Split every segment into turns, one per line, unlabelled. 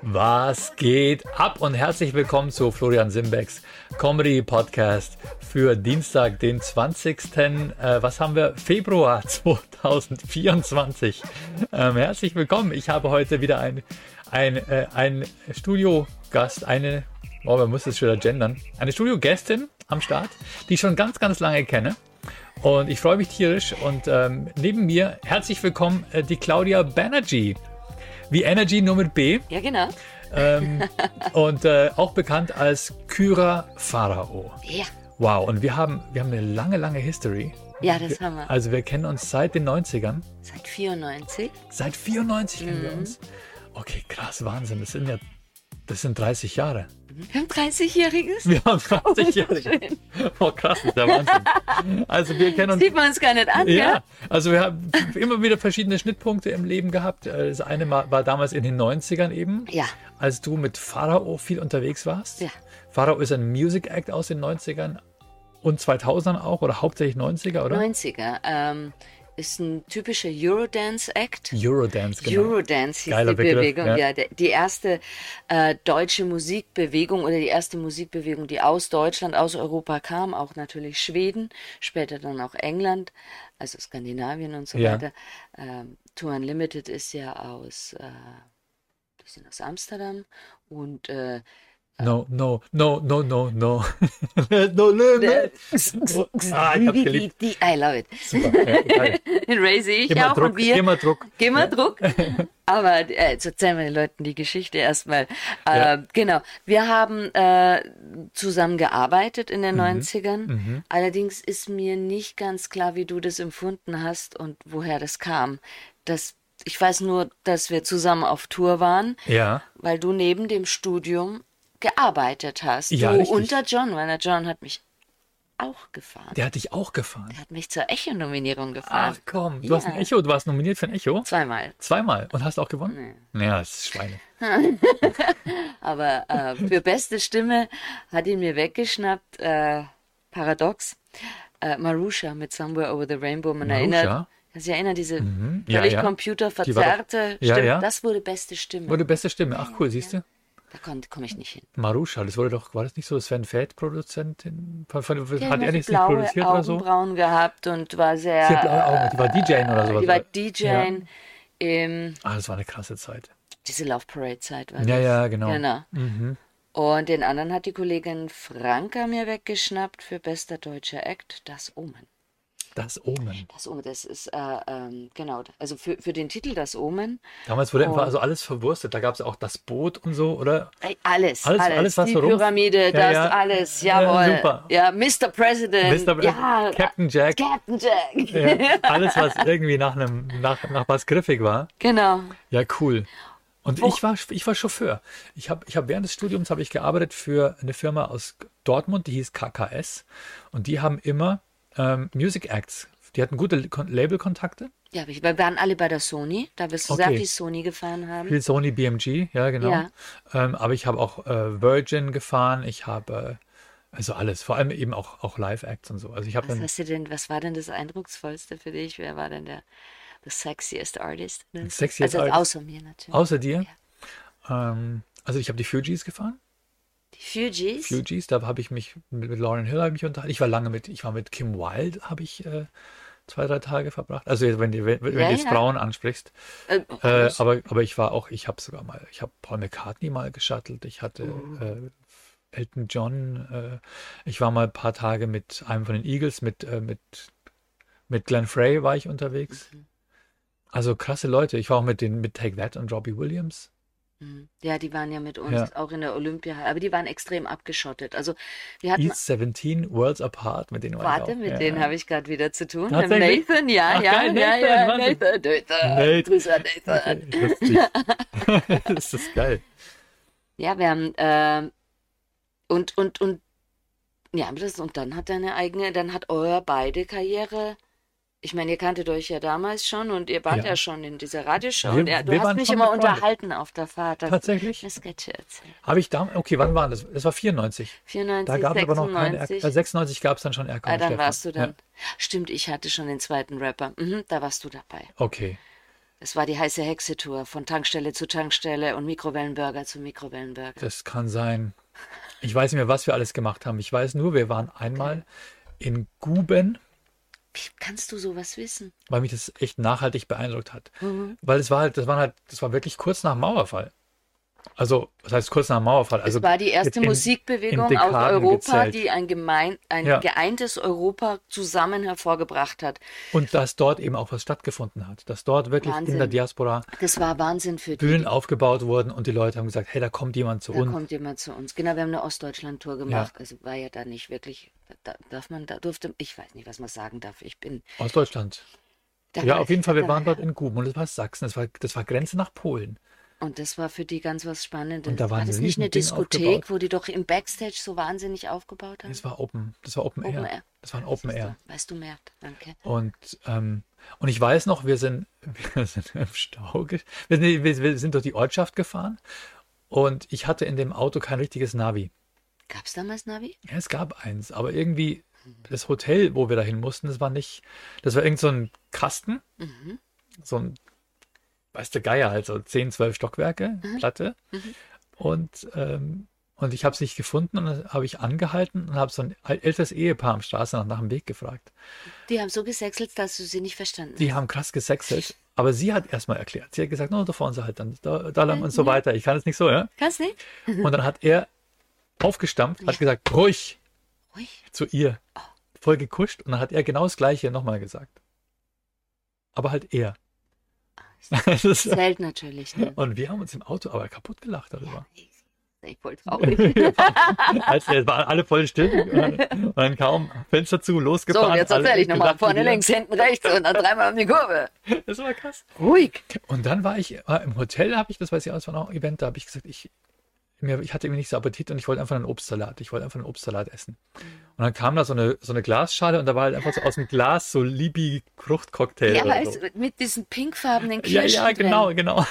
Was geht ab und herzlich willkommen zu Florian Simbecks Comedy Podcast für Dienstag, den 20. Äh, was haben wir? Februar 2024. Ähm, herzlich willkommen. Ich habe heute wieder ein, ein, äh, ein Studiogast, eine, oh, man muss es schon gendern, eine Studiogästin am Start, die ich schon ganz, ganz lange kenne. Und ich freue mich tierisch. Und ähm, neben mir herzlich willkommen äh, die Claudia Banerjee. Wie Energy nur mit B.
Ja, genau.
Ähm, und äh, auch bekannt als Kyra Pharao.
Ja,
Wow, und wir haben, wir haben eine lange, lange History.
ja das haben wir.
Also wir kennen uns seit den 90ern.
Seit 94.
Seit 94 kennen
Mhm.
wir uns. Okay, krass, Wahnsinn. Das sind ja, das sind 30 Jahre.
Wir haben 30-Jähriges.
Wir haben 30 Jahre.
Schön.
Oh, krass, das ist der Wahnsinn. Also wir kennen uns
Sieht man uns gar nicht an,
Ja,
ja?
also wir haben immer wieder verschiedene Schnittpunkte im Leben gehabt. Äh, Das eine Mal war damals in den 90ern eben,
Ja.
als du mit Pharao viel unterwegs warst.
Ja.
Pharao ist ein Music Act aus den 90ern und 2000ern auch oder hauptsächlich 90er, oder?
90er. Ähm, ist ein typischer Eurodance-Act.
Eurodance, genau.
Eurodance hieß
Geiler
die
Begriff,
Bewegung,
ja.
ja. der, die erste äh, deutsche Musikbewegung oder die erste Musikbewegung, die aus Deutschland, aus Europa kam, auch natürlich Schweden, später dann auch England, also Skandinavien und so
Ja.
weiter. Ähm, Tour Unlimited ist ja aus, äh, die sind aus Amsterdam und äh,
No, no, no, no, no, no. There's no limit. ah, ich hab's geliebt.
die, I love it.
Super. Ja, geil.
Den Ray sehe ich
Immer
auch
Druck,
und wir.
immer Druck.
Geh mal Druck. Aber äh, jetzt erzählen wir den Leuten die Geschichte erstmal. Äh,
Ja.
Genau. Wir haben äh, zusammen gearbeitet in den
Mhm.
90ern. Allerdings ist mir nicht ganz klar, wie du das empfunden hast und woher das kam. Das, ich weiß nur, dass wir zusammen auf Tour waren,
Ja,
weil du neben dem Studium gearbeitet hast.
Ja,
du
richtig.
und der John, weil der John hat mich auch gefahren.
der hat dich auch gefahren.
Der hat mich zur Echo-Nominierung gefahren.
Ach komm, du hast ein
Ja.
Echo, du warst nominiert für ein Echo.
Zweimal.
Zweimal und hast auch gewonnen? Ja, das ist Schweine.
Aber äh, für beste Stimme hat ihn mir weggeschnappt, äh, paradox, äh, Marusha mit Somewhere Over the Rainbow. Man
Marusha? Mhm.
erinnert, kann sich erinnern, diese
Ja,
völlig
ja. Die war doch-
computerverzerrte
Ja,
Stimme.
ja.
Das wurde beste Stimme.
Wurde beste Stimme. Ach cool, siehst du?
Da komme komm ich nicht hin.
Marusha, das wurde doch, war das nicht so Sven Feld Produzentin? Von, von,
Die
hat
immer
er
so
nicht
blaue
produziert oder so?
Augenbrauen gehabt und war
Sie hat blaue
sehr. äh,
Augen, die war DJ oder sowas.
Die war
oder?
DJ
Ja.
im.
Ah, das war eine krasse Zeit.
Diese Love Parade-Zeit war
Ja,
das.
ja, genau.
Genau. Und den anderen hat die Kollegin Franka mir weggeschnappt für bester deutscher Act, das Omen.
Das Omen.
Das Omen, das ist, äh, ähm, genau, also für, für den Titel das Omen,
Damals wurde einfach
Oh.
also alles verwurstet. Da gab es auch das Boot und so, oder?
Ey, alles,
Alles-
alles,
alles, was
die
so rum-
Pyramide,
Ja,
das,
ja.
alles,
Ja,
jawohl.
super.
Ja, Mr. President,
Mr.
Ähm, ja, äh,
Captain Jack.
Captain Jack.
Ja, alles, was irgendwie nach, einem, nach, nach was griffig war.
Genau,
Ja, cool. Und ich war, ich war Chauffeur. Ich habe ich hab während des Studiums habe ich gearbeitet für eine Firma aus Dortmund, die hieß KKS. Und die haben immer ähm, Music Acts. Die hatten gute Kon- Labelkontakte.
ja, wir wir waren alle bei der Sony, da wirst du
Okay.
sehr viel Sony gefahren haben.
Viel Sony BMG, ja, genau.
Ja.
Ähm, aber ich habe auch äh, Virgin gefahren. Ich habe äh, also alles. Vor allem eben auch, auch Live-Acts und so. Also ich habe
Was
dann
hast du denn, was war denn das Eindrucksvollste für dich? Wer war denn der the sexiest artist? Ne?
Sexiest
also
Artist.
außer mir natürlich.
außer dir. Ähm, also ich habe die Fugees gefahren.
Die Fugees?
Fugees, da habe ich mich mit, mit Lauren Hill habe ich mich unterhalten. Ich war lange mit, ich war mit Kim Wilde, habe ich äh, zwei, drei Tage verbracht. Also jetzt, wenn, du- wenn, wenn
Ja,
du jetzt
ja.
Frauen ansprichst.
Äh,
Äh, aber, aber ich war auch, ich habe sogar mal, ich habe Paul McCartney mal geschattelt, ich hatte
Oh.
äh, Elton John, äh, ich war mal ein paar Tage mit einem von den Eagles, mit, äh, mit, mit Glenn Frey war ich unterwegs.
Mhm.
Also krasse Leute. Ich war auch mit den mit Take That und Robbie Williams.
Mhm. Ja, die waren ja mit uns
Ja.
auch in der Olympia, aber die waren extrem abgeschottet. Also wir hatten,
East 17, Worlds Apart, mit denen war ich
warte,
auch.
mit
ja.
denen habe ich gerade wieder zu tun.
Tatsächlich?
Nathan, ja,
Ach,
ja,
geil,
ja,
Nathan,
ja,
Wahnsinn.
Nathan, Nathan,
Nate.
Grüße an Nathan.
Lustig. das ist geil.
Ja, wir haben ähm, und und und ja, das und dann hat deine eigene, dann hat euer beide Karriere. Ich meine, ihr kanntet euch ja damals schon und ihr wart
Ja.
ja, schon in dieser Radioshow.
Wir-
und ja, du
wir
hast
waren
mich
schon
immer
befreundet.
unterhalten auf der Fahrt. Da hast du
Tatsächlich
mir Sketche erzählt.
habe ich damals, okay, wann war das? Das war 94.
94,
Da gab es aber noch keine, R-
96.
äh, 96 gab es dann schon Erkan
Ah, dann
Stefan.
warst du dann.
Ja,
Stimmt, ich hatte schon den zweiten Rapper. Mhm, da warst du dabei.
okay.
Es war die heiße Hexe-Tour von Tankstelle zu Tankstelle und Mikrowellenburger zu Mikrowellenburger.
Das kann sein. Ich weiß nicht mehr, was wir alles gemacht haben. Ich weiß nur, wir waren einmal in Guben,
Wie kannst du sowas wissen?
weil mich das echt nachhaltig beeindruckt hat.
Mhm.
Weil es war halt, das waren halt, das war wirklich kurz nach dem Mauerfall. Also, was heißt kurz nach dem Mauerfall? Also
Es war die
jetzt
erste
in-
Musikbewegung
in
aus
Dekaden
Europa,
gezählt.
die ein, gemein, ein
Ja.
geeintes Europa zusammen hervorgebracht hat.
Und dass dort eben auch was stattgefunden hat. Dass dort wirklich in
Wahnsinn.
der Diaspora
Das war Wahnsinn für die.
Bühnen aufgebaut wurden und die Leute haben gesagt, hey, da kommt jemand zu
Da
uns.
kommt jemand zu uns. Genau, wir haben eine Ostdeutschland-Tour gemacht. Also war ja da nicht wirklich. Da, darf man, da durfte. Ich weiß nicht, was man sagen darf. Ich bin.
Aus Deutschland.
Da
ja,
war-
auf jeden Fall, wir
da
waren dort in Guben und das war Sachsen, das war, das war Grenze nach Polen.
Und das war für die ganz was Spannendes.
Und da war
war
ein
das nicht eine
Riesending
Diskothek,
aufgebaut.
wo die doch im Backstage so wahnsinnig aufgebaut haben?
Das war Open, das war Open,
Open
Air.
Air.
Das war ein Open Air.
Weißt du mehr? Danke.
Und, ähm, und ich weiß noch, wir sind, wir sind im Stau. ge- Wir sind, wir, wir sind durch die Ortschaft gefahren und ich hatte in dem Auto kein richtiges Navi.
Gab es damals Navi?
Ja, es gab eins, aber irgendwie das Hotel, wo wir dahin mussten, das war nicht, das war irgend so ein Kasten, so ein, weißt du, Geier halt, so 10, 12 Stockwerke, Platte. Und, ähm, und ich habe es nicht gefunden und dann habe ich angehalten und habe so ein al- älteres Ehepaar am Straßenrand nach dem Weg gefragt.
Die haben so gesächselt, dass du sie nicht verstanden
Die haben krass gesexelt, aber sie hat erstmal erklärt. Sie hat gesagt, no, da vorne so halt, dann da, da lang und so weiter. Ich kann es nicht so, ja.
hast. Kannst nicht?
Und dann hat er aufgestampft, hat gesagt, ruhig,
Ruhig.
zu ihr. Voll gekuscht und dann hat er genau das Gleiche nochmal gesagt. Aber halt er. Das ist-
Zählt natürlich. Ne?
und wir haben uns im Auto aber kaputt gelacht darüber.
Ich wollte traurig.
Als Also, wir waren alle voll still und dann- und dann kaum Fenster zu,
So,
losgefahren.
und jetzt
alle
erzähle ich nochmal.
gelacht
Vorne
wieder.
links, hinten rechts und dann dreimal um die Kurve.
Das war krass.
Ruhig.
Und dann war ich war im Hotel, habe ich, das weiß ich auch, es war noch ein Event, da habe ich gesagt, ich, mir, ich hatte irgendwie nicht so Appetit und ich wollte einfach einen Obstsalat. Ich wollte einfach einen Obstsalat essen.
Mhm.
Und dann kam da so eine, so eine Glasschale und da war halt einfach so aus dem Glas so Libi-Fruchtcocktail.
Ja,
oder
aber
so.
es- mit diesen pinkfarbenen
also. ja,
Kirschen.
ja, genau, genau.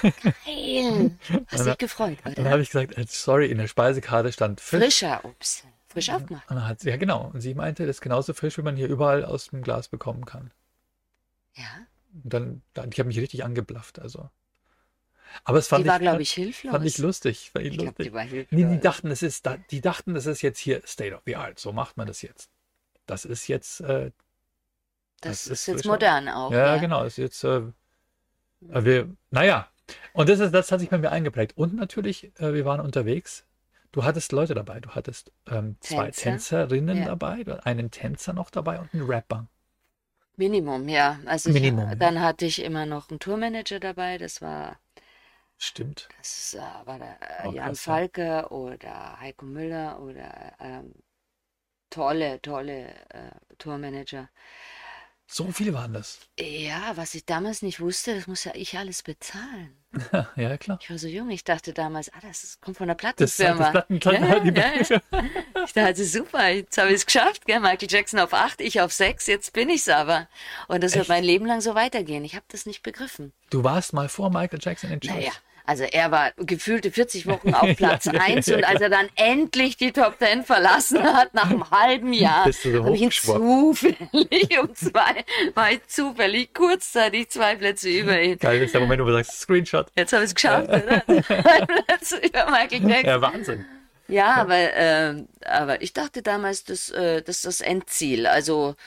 Drin. Geil. Hast dich gefreut,
Dann
oder?
habe ich gesagt, äh, sorry, in der Speisekarte stand Fisch.
Frischer Obst. Frisch aufgemacht.
Und dann hat sie, ja genau. Und sie meinte, das ist genauso frisch, wie man hier überall aus dem Glas bekommen kann.
Ja.
Und dann, dann ich habe mich richtig angeblafft, also. Aber es fand
Die war,
ich,
glaube ich, hilflos.
fand ich lustig. Fand ich
Ich glaub,
lustig.
die war
Nee,
hilflos.
die dachten, das ist, da- die dachten, das ist jetzt hier State of the Art. So macht man das jetzt. Das ist jetzt, äh,
das,
das
ist
ist
jetzt
frischer.
modern auch.
ja,
ja.
genau, ist jetzt, äh, äh, wir, naja. Und das ist, das hat sich bei mir eingeprägt. Und natürlich, äh, wir waren unterwegs. Du hattest Leute dabei. Du hattest ähm, zwei
Tänzer.
Tänzerinnen
Ja.
dabei, du- einen Tänzer noch dabei und einen Rapper.
Minimum, ja. Also
Minimum, ja.
Ich, dann hatte ich immer noch einen Tourmanager dabei. Das war,
Stimmt.
das äh, war der, äh,
Auch
Jan
krass, ja.
Falke oder Heiko Müller oder ähm, tolle, tolle äh, Tourmanager.
So viele waren das.
Ja, was ich damals nicht wusste, das muss ja ich alles bezahlen.
ja, klar.
Ich war so jung, ich dachte damals, ah, das ist- kommt von der
Das ist halt
Plattenfirma.
das Plattenplan.
Ja,
die
ja, ja. Ich dachte, super, jetzt habe ich es geschafft, gell? Michael Jackson auf acht, ich auf sechs, jetzt bin ich's aber. Und das wird mein Leben lang so weitergehen. Ich habe das nicht begriffen.
Du warst mal vor Michael Jackson in Charts.
Naja, also er war gefühlte 40 Wochen auf Platz
Ja, ja,
eins
ja,
und als er dann endlich die Top Ten verlassen hat, nach einem halben Jahr,
Bist du so
habe ich ihn
hochgeschwappt.
zufällig um zwei, war ich zufällig kurzzeitig zwei Plätze über ihn.
Geil ist der Moment, wo du sagst, Screenshot.
Jetzt habe ich es geschafft, oder? Zwei Plätze über Michael Jackson.
Ja, Wahnsinn.
Ja, aber, ähm, aber ich dachte damals, das, äh, das ist das Endziel. Also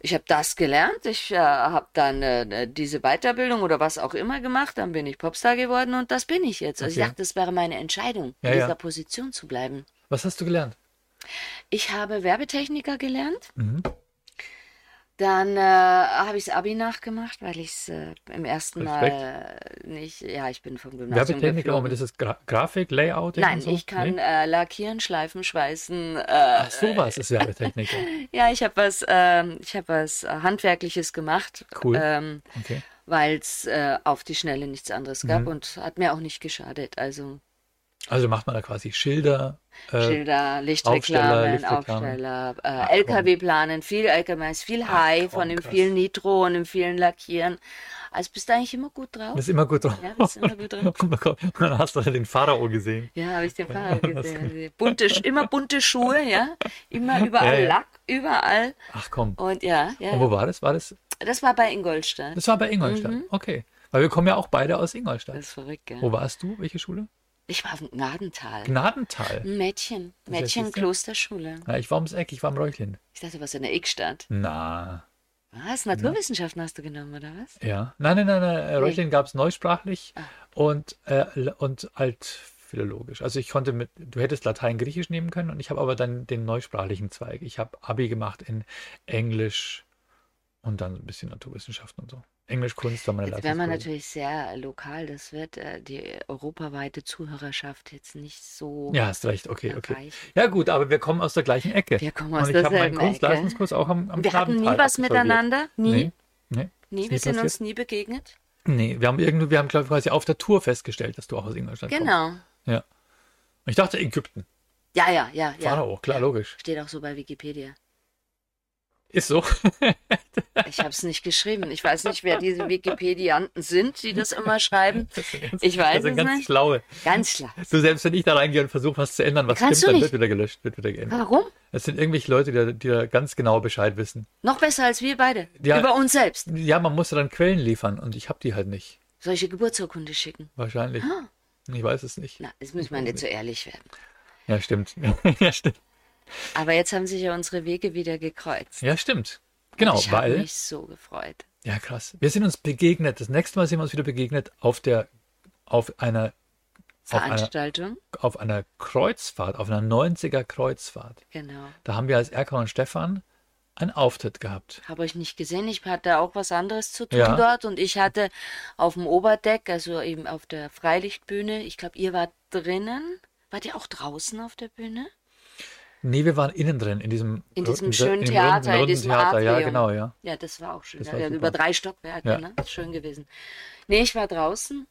ich habe das gelernt, ich äh, habe dann äh, diese Weiterbildung oder was auch immer gemacht, dann bin ich Popstar geworden und das bin ich jetzt. Also ich
Okay.
dachte, das wäre meine Entscheidung,
Ja,
in
ja.
dieser Position zu bleiben.
Was hast du gelernt?
Ich habe Werbetechniker gelernt.
Mhm.
Dann äh, habe ich das Abi nachgemacht, weil ich es äh, im ersten Mal nicht, ja, ich bin vom Gymnasium
Werbetechniker,
geflogen.
Moment, ist es Gra Grafik, Layout?
Nein,
und so?
ich kann
Nee?
äh, lackieren, schleifen, schweißen, äh,
Ach, sowas ist Werbetechniker.
Ja, ich habe was, ähm, ich habe was äh, Handwerkliches gemacht,
Cool.
ähm,
Okay.
weil es äh, auf die Schnelle nichts anderes
Mhm.
gab und hat mir auch nicht geschadet. Also
Also macht man da quasi Schilder. Äh,
Schilder, Lichtreklamen,
Lichtreklamen.
Aufsteller, äh, LKW-Planen, viel LKW, viel High
komm,
von dem
krass.
vielen Nitro und dem vielen Lackieren. Also bist du eigentlich immer gut
Das
drauf.
ist immer gut drauf.
Ja, das ist immer gut drauf.
Und dann hast du den Pharao gesehen.
Ja, habe ich den Fahrer gesehen. Bunte, Sch- immer bunte Schuhe, ja. Immer überall
Ja, ja.
Lack, überall.
Ach komm.
Und ja, ja.
Und wo war das? War das?
Das war bei Ingolstadt.
Das war bei Ingolstadt. Okay. Weil wir kommen ja auch beide aus Ingolstadt.
Mhm. Das ist verrückt, gell?
Wo warst du? Welche Schule?
Ich war auf dem Gnadental.
Gnadental.
Ein Mädchen.
heißt,
Mädchen
siehst du?
Klosterschule.
Na, ich war ums Eck, ich war im Reuchlin.
Ich dachte, du warst in der Eckstadt.
Na,
Was? Naturwissenschaften hast du genommen, oder was?
ja. Nein, nein, nein, nein. Reuchlin gab es neusprachlich
Ah.
und, äh, und altphilologisch. Also ich konnte mit, du hättest Latein, Griechisch nehmen können und ich habe aber dann den neusprachlichen Zweig. Ich habe Abi gemacht in Englisch und dann ein bisschen Naturwissenschaften und so. Englisch, Kunst war meine
Jetzt wäre man
Leistungskurse.
natürlich sehr lokal. Das wird äh, die europaweite Zuhörerschaft jetzt nicht so
Ja, hast recht, okay, okay.
erreichen.
Ja gut, aber wir kommen aus der gleichen Ecke.
Wir kommen aus
und ich habe meinen
derselben
Kunstleistungskurs auch am, am
Wir hatten nie
Knabental
was
absolviert.
miteinander. Nie.
Nee, nee.
Nee,
Ist
wir
nie
sind
passiert.
uns nie begegnet.
Nee, wir haben irgendwie, wir haben glaube ich quasi auf der Tour festgestellt, dass du auch aus Ingolstadt kommst.
Genau.
Ja. Und Ich dachte Ägypten,
Ja, ja, ja, ja.
Pharao, klar, logisch.
Steht auch so bei Wikipedia.
Ist so.
Ich habe es nicht geschrieben. Ich weiß nicht, wer diese Wikipedianten sind, die das immer schreiben. Ich
das
weiß
sind Also
es
ganz
nicht.
schlaue.
Ganz klar.
Du selbst wenn ich da reingehe und versuche was zu ändern, was
Kannst
stimmt,
du
dann wird
nicht.
wieder gelöscht, wird wieder geändert.
Warum?
Es sind irgendwelche Leute, die, da- die da ganz genau Bescheid wissen.
Noch besser als wir beide.
Ja.
Über uns selbst.
Ja, man muss ja dann Quellen liefern und ich habe die halt nicht.
Solche Geburtsurkunde schicken.
Wahrscheinlich.
Ah.
Ich weiß es nicht.
Na, jetzt müssen wir nicht so ehrlich werden.
Ja, stimmt. ja, stimmt.
Aber jetzt haben sich ja unsere Wege wieder gekreuzt.
Ja, stimmt. Genau,
ich habe
weil.
mich so gefreut.
Ja, krass. Wir sind uns begegnet. Das nächste Mal sind wir uns wieder begegnet auf der, auf einer, auf einer,
Veranstaltung,
auf einer Kreuzfahrt, auf einer 90er Kreuzfahrt.
genau.
Da haben wir als Erka und Stefan einen Auftritt gehabt.
Habe ich nicht gesehen. Ich hatte auch was anderes zu tun
Ja.
dort und ich hatte auf dem Oberdeck, also eben auf der Freilichtbühne, ich glaube, ihr wart drinnen. Wart ihr auch draußen auf der Bühne?
Nee, wir waren innen drin, in diesem,
In diesem
runden-
schönen
in dem
Theater,
runden-
in
runden
diesem
Theater. Ja,
Atrium.
genau, ja.
Ja, das war auch schön.
Das
Ja,
war
ja,
super.
über drei Stockwerke,
Ja.
ne? Ist schön gewesen. Nee, ich war draußen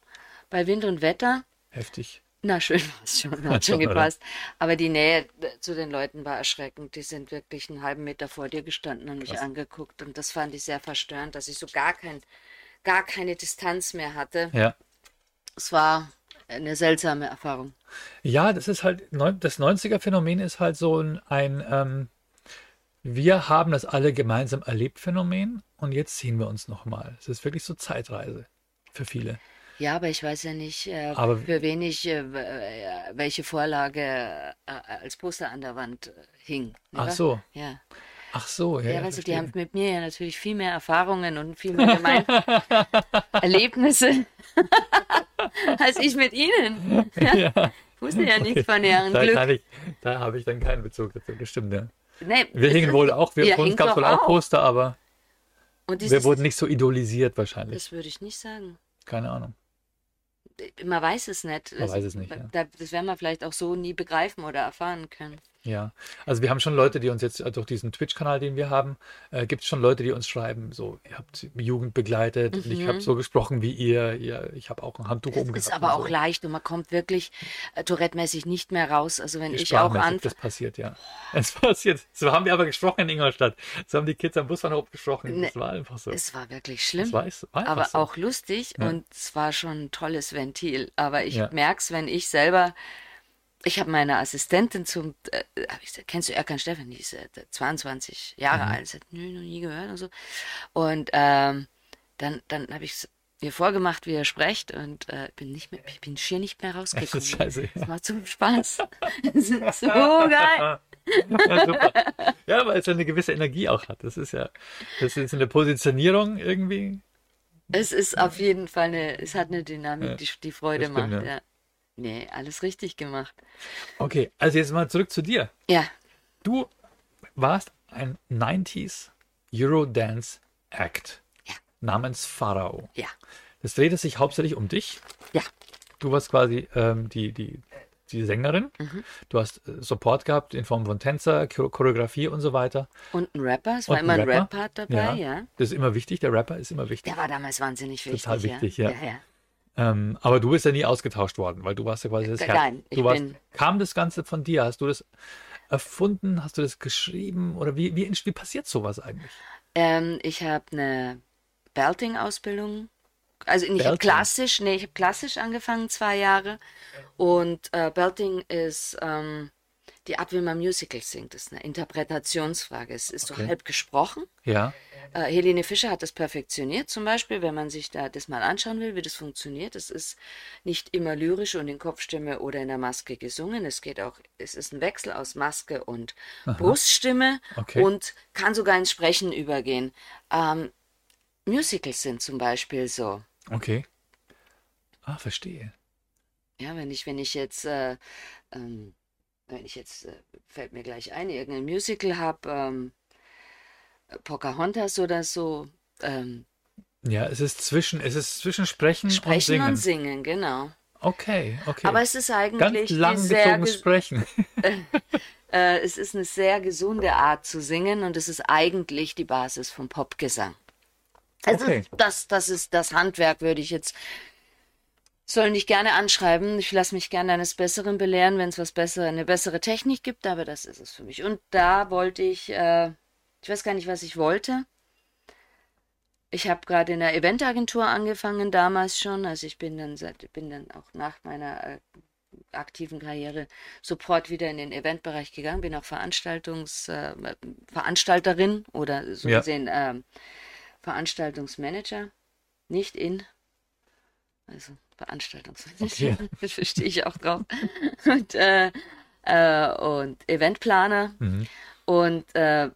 bei Wind und Wetter.
Heftig.
Na, schön war es schon, hat schon
Schon, oder?
gepasst. Aber die Nähe äh, zu den Leuten war erschreckend. Die sind wirklich einen halben Meter vor dir gestanden und mich angeguckt. Und das fand ich sehr verstörend, dass ich so gar, kein, gar keine Distanz mehr hatte.
Ja.
Es war eine seltsame Erfahrung.
Ja, das ist halt, neun- das 90er-Phänomen ist halt so ein, ein ähm, wir haben das alle gemeinsam erlebt Phänomen und jetzt sehen wir uns nochmal. Es ist wirklich so Zeitreise für viele.
Ja, aber ich weiß ja nicht, äh,
Aber-
für wen ich, äh, w- äh, welche Vorlage äh, als Poster an der Wand äh, hing.
Ach
oder?
so.
Ja.
Ach so, ja.
Ja,
ja,
weißt du, die
verstehe.
haben mit mir ja natürlich viel mehr Erfahrungen und viel mehr gemein Erlebnisse als ich mit ihnen.
ja,
Ich wusste ja nichts von deren
da,
Glück.
kann ich, da habe ich dann keinen Bezug dazu. Das stimmt, ja.
Nee,
Wir
das
hingen
ist-
wohl auch, wir,
ihr
von uns
hinkt
gab es
doch
wohl auch
auch.
Poster, aber
Und
wir
dieses,
wurden nicht so idolisiert wahrscheinlich.
das würde ich nicht sagen.
Keine Ahnung.
Man weiß es nicht.
Man weiß es nicht, ja.
da, das werden wir vielleicht auch so nie begreifen oder erfahren können.
Ja, also wir haben schon Leute, die uns jetzt äh, durch diesen Twitch-Kanal, den wir haben, äh, gibt es schon Leute, die uns schreiben, so, ihr habt Jugend begleitet und ich habe so gesprochen wie ihr, ihr ich habe auch ein Handtuch
Mhm. Das
umgehabt.
ist aber
und
auch
so.
leicht und man kommt wirklich äh, Tourette-mäßig nicht mehr raus. Also wenn ich auch
Sprachmäßig,
anfange.
Das passiert, ja. Es passiert. So haben wir aber gesprochen in Ingolstadt. So haben die Kids am Busbahnhof gesprochen.
Nee,
das war einfach so.
Es war wirklich
das
schlimm.
war, es war einfach
Ne, aber
so.
auch lustig
Ja.
und es war schon ein tolles Ventil. Aber ich
Ja.
merk's, wenn ich selber, ich habe meine Assistentin zum, äh, hab ich gesagt, kennst du Erkan Steffen, die ist äh, 22 Jahre
Mhm.
alt, sie hat nö, noch nie gehört und so. Und ähm, dann, dann habe ich mir vorgemacht, wie er sprecht und äh, bin nicht mehr, ich bin schier nicht mehr
Das
rausgekommen.
ist scheiße.
Das macht so viel Spaß. das ist so geil.
Ja, super. ja, weil es ja eine gewisse Energie auch hat. Das ist ja, das ist eine Positionierung irgendwie.
Es ist auf jeden Fall eine, es hat eine Dynamik,
Ja,
die, die Freude
das stimmt,
macht.
ja.
Ja. Nee, alles richtig gemacht.
Okay, also jetzt mal zurück zu dir.
Ja,
Du warst ein 90s Eurodance Act
Ja.
namens Pharao.
ja,
Das drehte sich hauptsächlich um dich.
ja.
Du warst quasi ähm, die, die, die Sängerin.
Mhm.
Du hast äh, Support gehabt in Form von Tänzer, Chor- Choreografie und so weiter.
Und ein Rapper, es war
Und
immer ein Rap-Part dabei, ja.
Das ist immer wichtig. Der Rapper ist immer wichtig.
Der war damals wahnsinnig wichtig.
Total wichtig, ja.
ja,
Ähm, aber du bist ja nie ausgetauscht worden, weil du warst ja quasi das Herz.
Nein, ich
du warst,
bin-
kam das Ganze von dir? Hast du das erfunden? Hast du das geschrieben? Oder wie, wie, wie passiert sowas eigentlich?
Ähm, ich habe eine Belting-Ausbildung. Also ich habe
Belting?
klassisch, nee, ich habe klassisch angefangen, zwei Jahre. Und äh, Belting ist ähm, die Art, wie man Musicals singt, ist eine Interpretationsfrage. Es ist
Okay.
so halb gesprochen.
Ja.
Äh, Helene Fischer hat das perfektioniert, zum Beispiel, wenn man sich da das mal anschauen will, wie das funktioniert. Es ist nicht immer lyrisch und in Kopfstimme oder in der Maske gesungen. Es geht auch, es ist ein Wechsel aus Maske und Bruststimme
Okay.
und kann sogar ins Sprechen übergehen. Ähm, Musicals sind zum Beispiel so.
Okay. Ah, verstehe.
Ja, wenn ich, wenn ich jetzt, äh, ähm, wenn ich jetzt, äh, fällt mir gleich ein, irgendein Musical habe, ähm, Pocahontas oder so, ähm,
Ja, es ist zwischen, es ist zwischen Sprechen, Mhm. und
sprechen
Singen.
und singen, genau.
Okay, okay.
Aber es ist eigentlich
Ganz
die sehr
langgezogenes
ges-
Sprechen.
äh, es ist eine sehr gesunde Art zu singen und es ist eigentlich die Basis vom Popgesang. Also
Okay.
das, das ist das Handwerk, würde ich jetzt. Sollen dich gerne anschreiben. Ich lasse mich gerne eines Besseren belehren, wenn es was bessere, eine bessere Technik gibt, aber das ist es für mich. Und da wollte ich, äh, ich weiß gar nicht, was ich wollte. Ich habe gerade in der Eventagentur angefangen, damals schon. Also ich bin dann seit, bin dann auch nach meiner äh, aktiven Karriere sofort wieder in den Eventbereich gegangen, bin auch Veranstaltungs, äh, Veranstalterin oder so
Ja.
gesehen ähm, Veranstaltungsmanager, nicht in, also Veranstaltungsmanager, das verstehe ich auch drauf, und, äh, äh, und Eventplaner
Mhm.
und äh,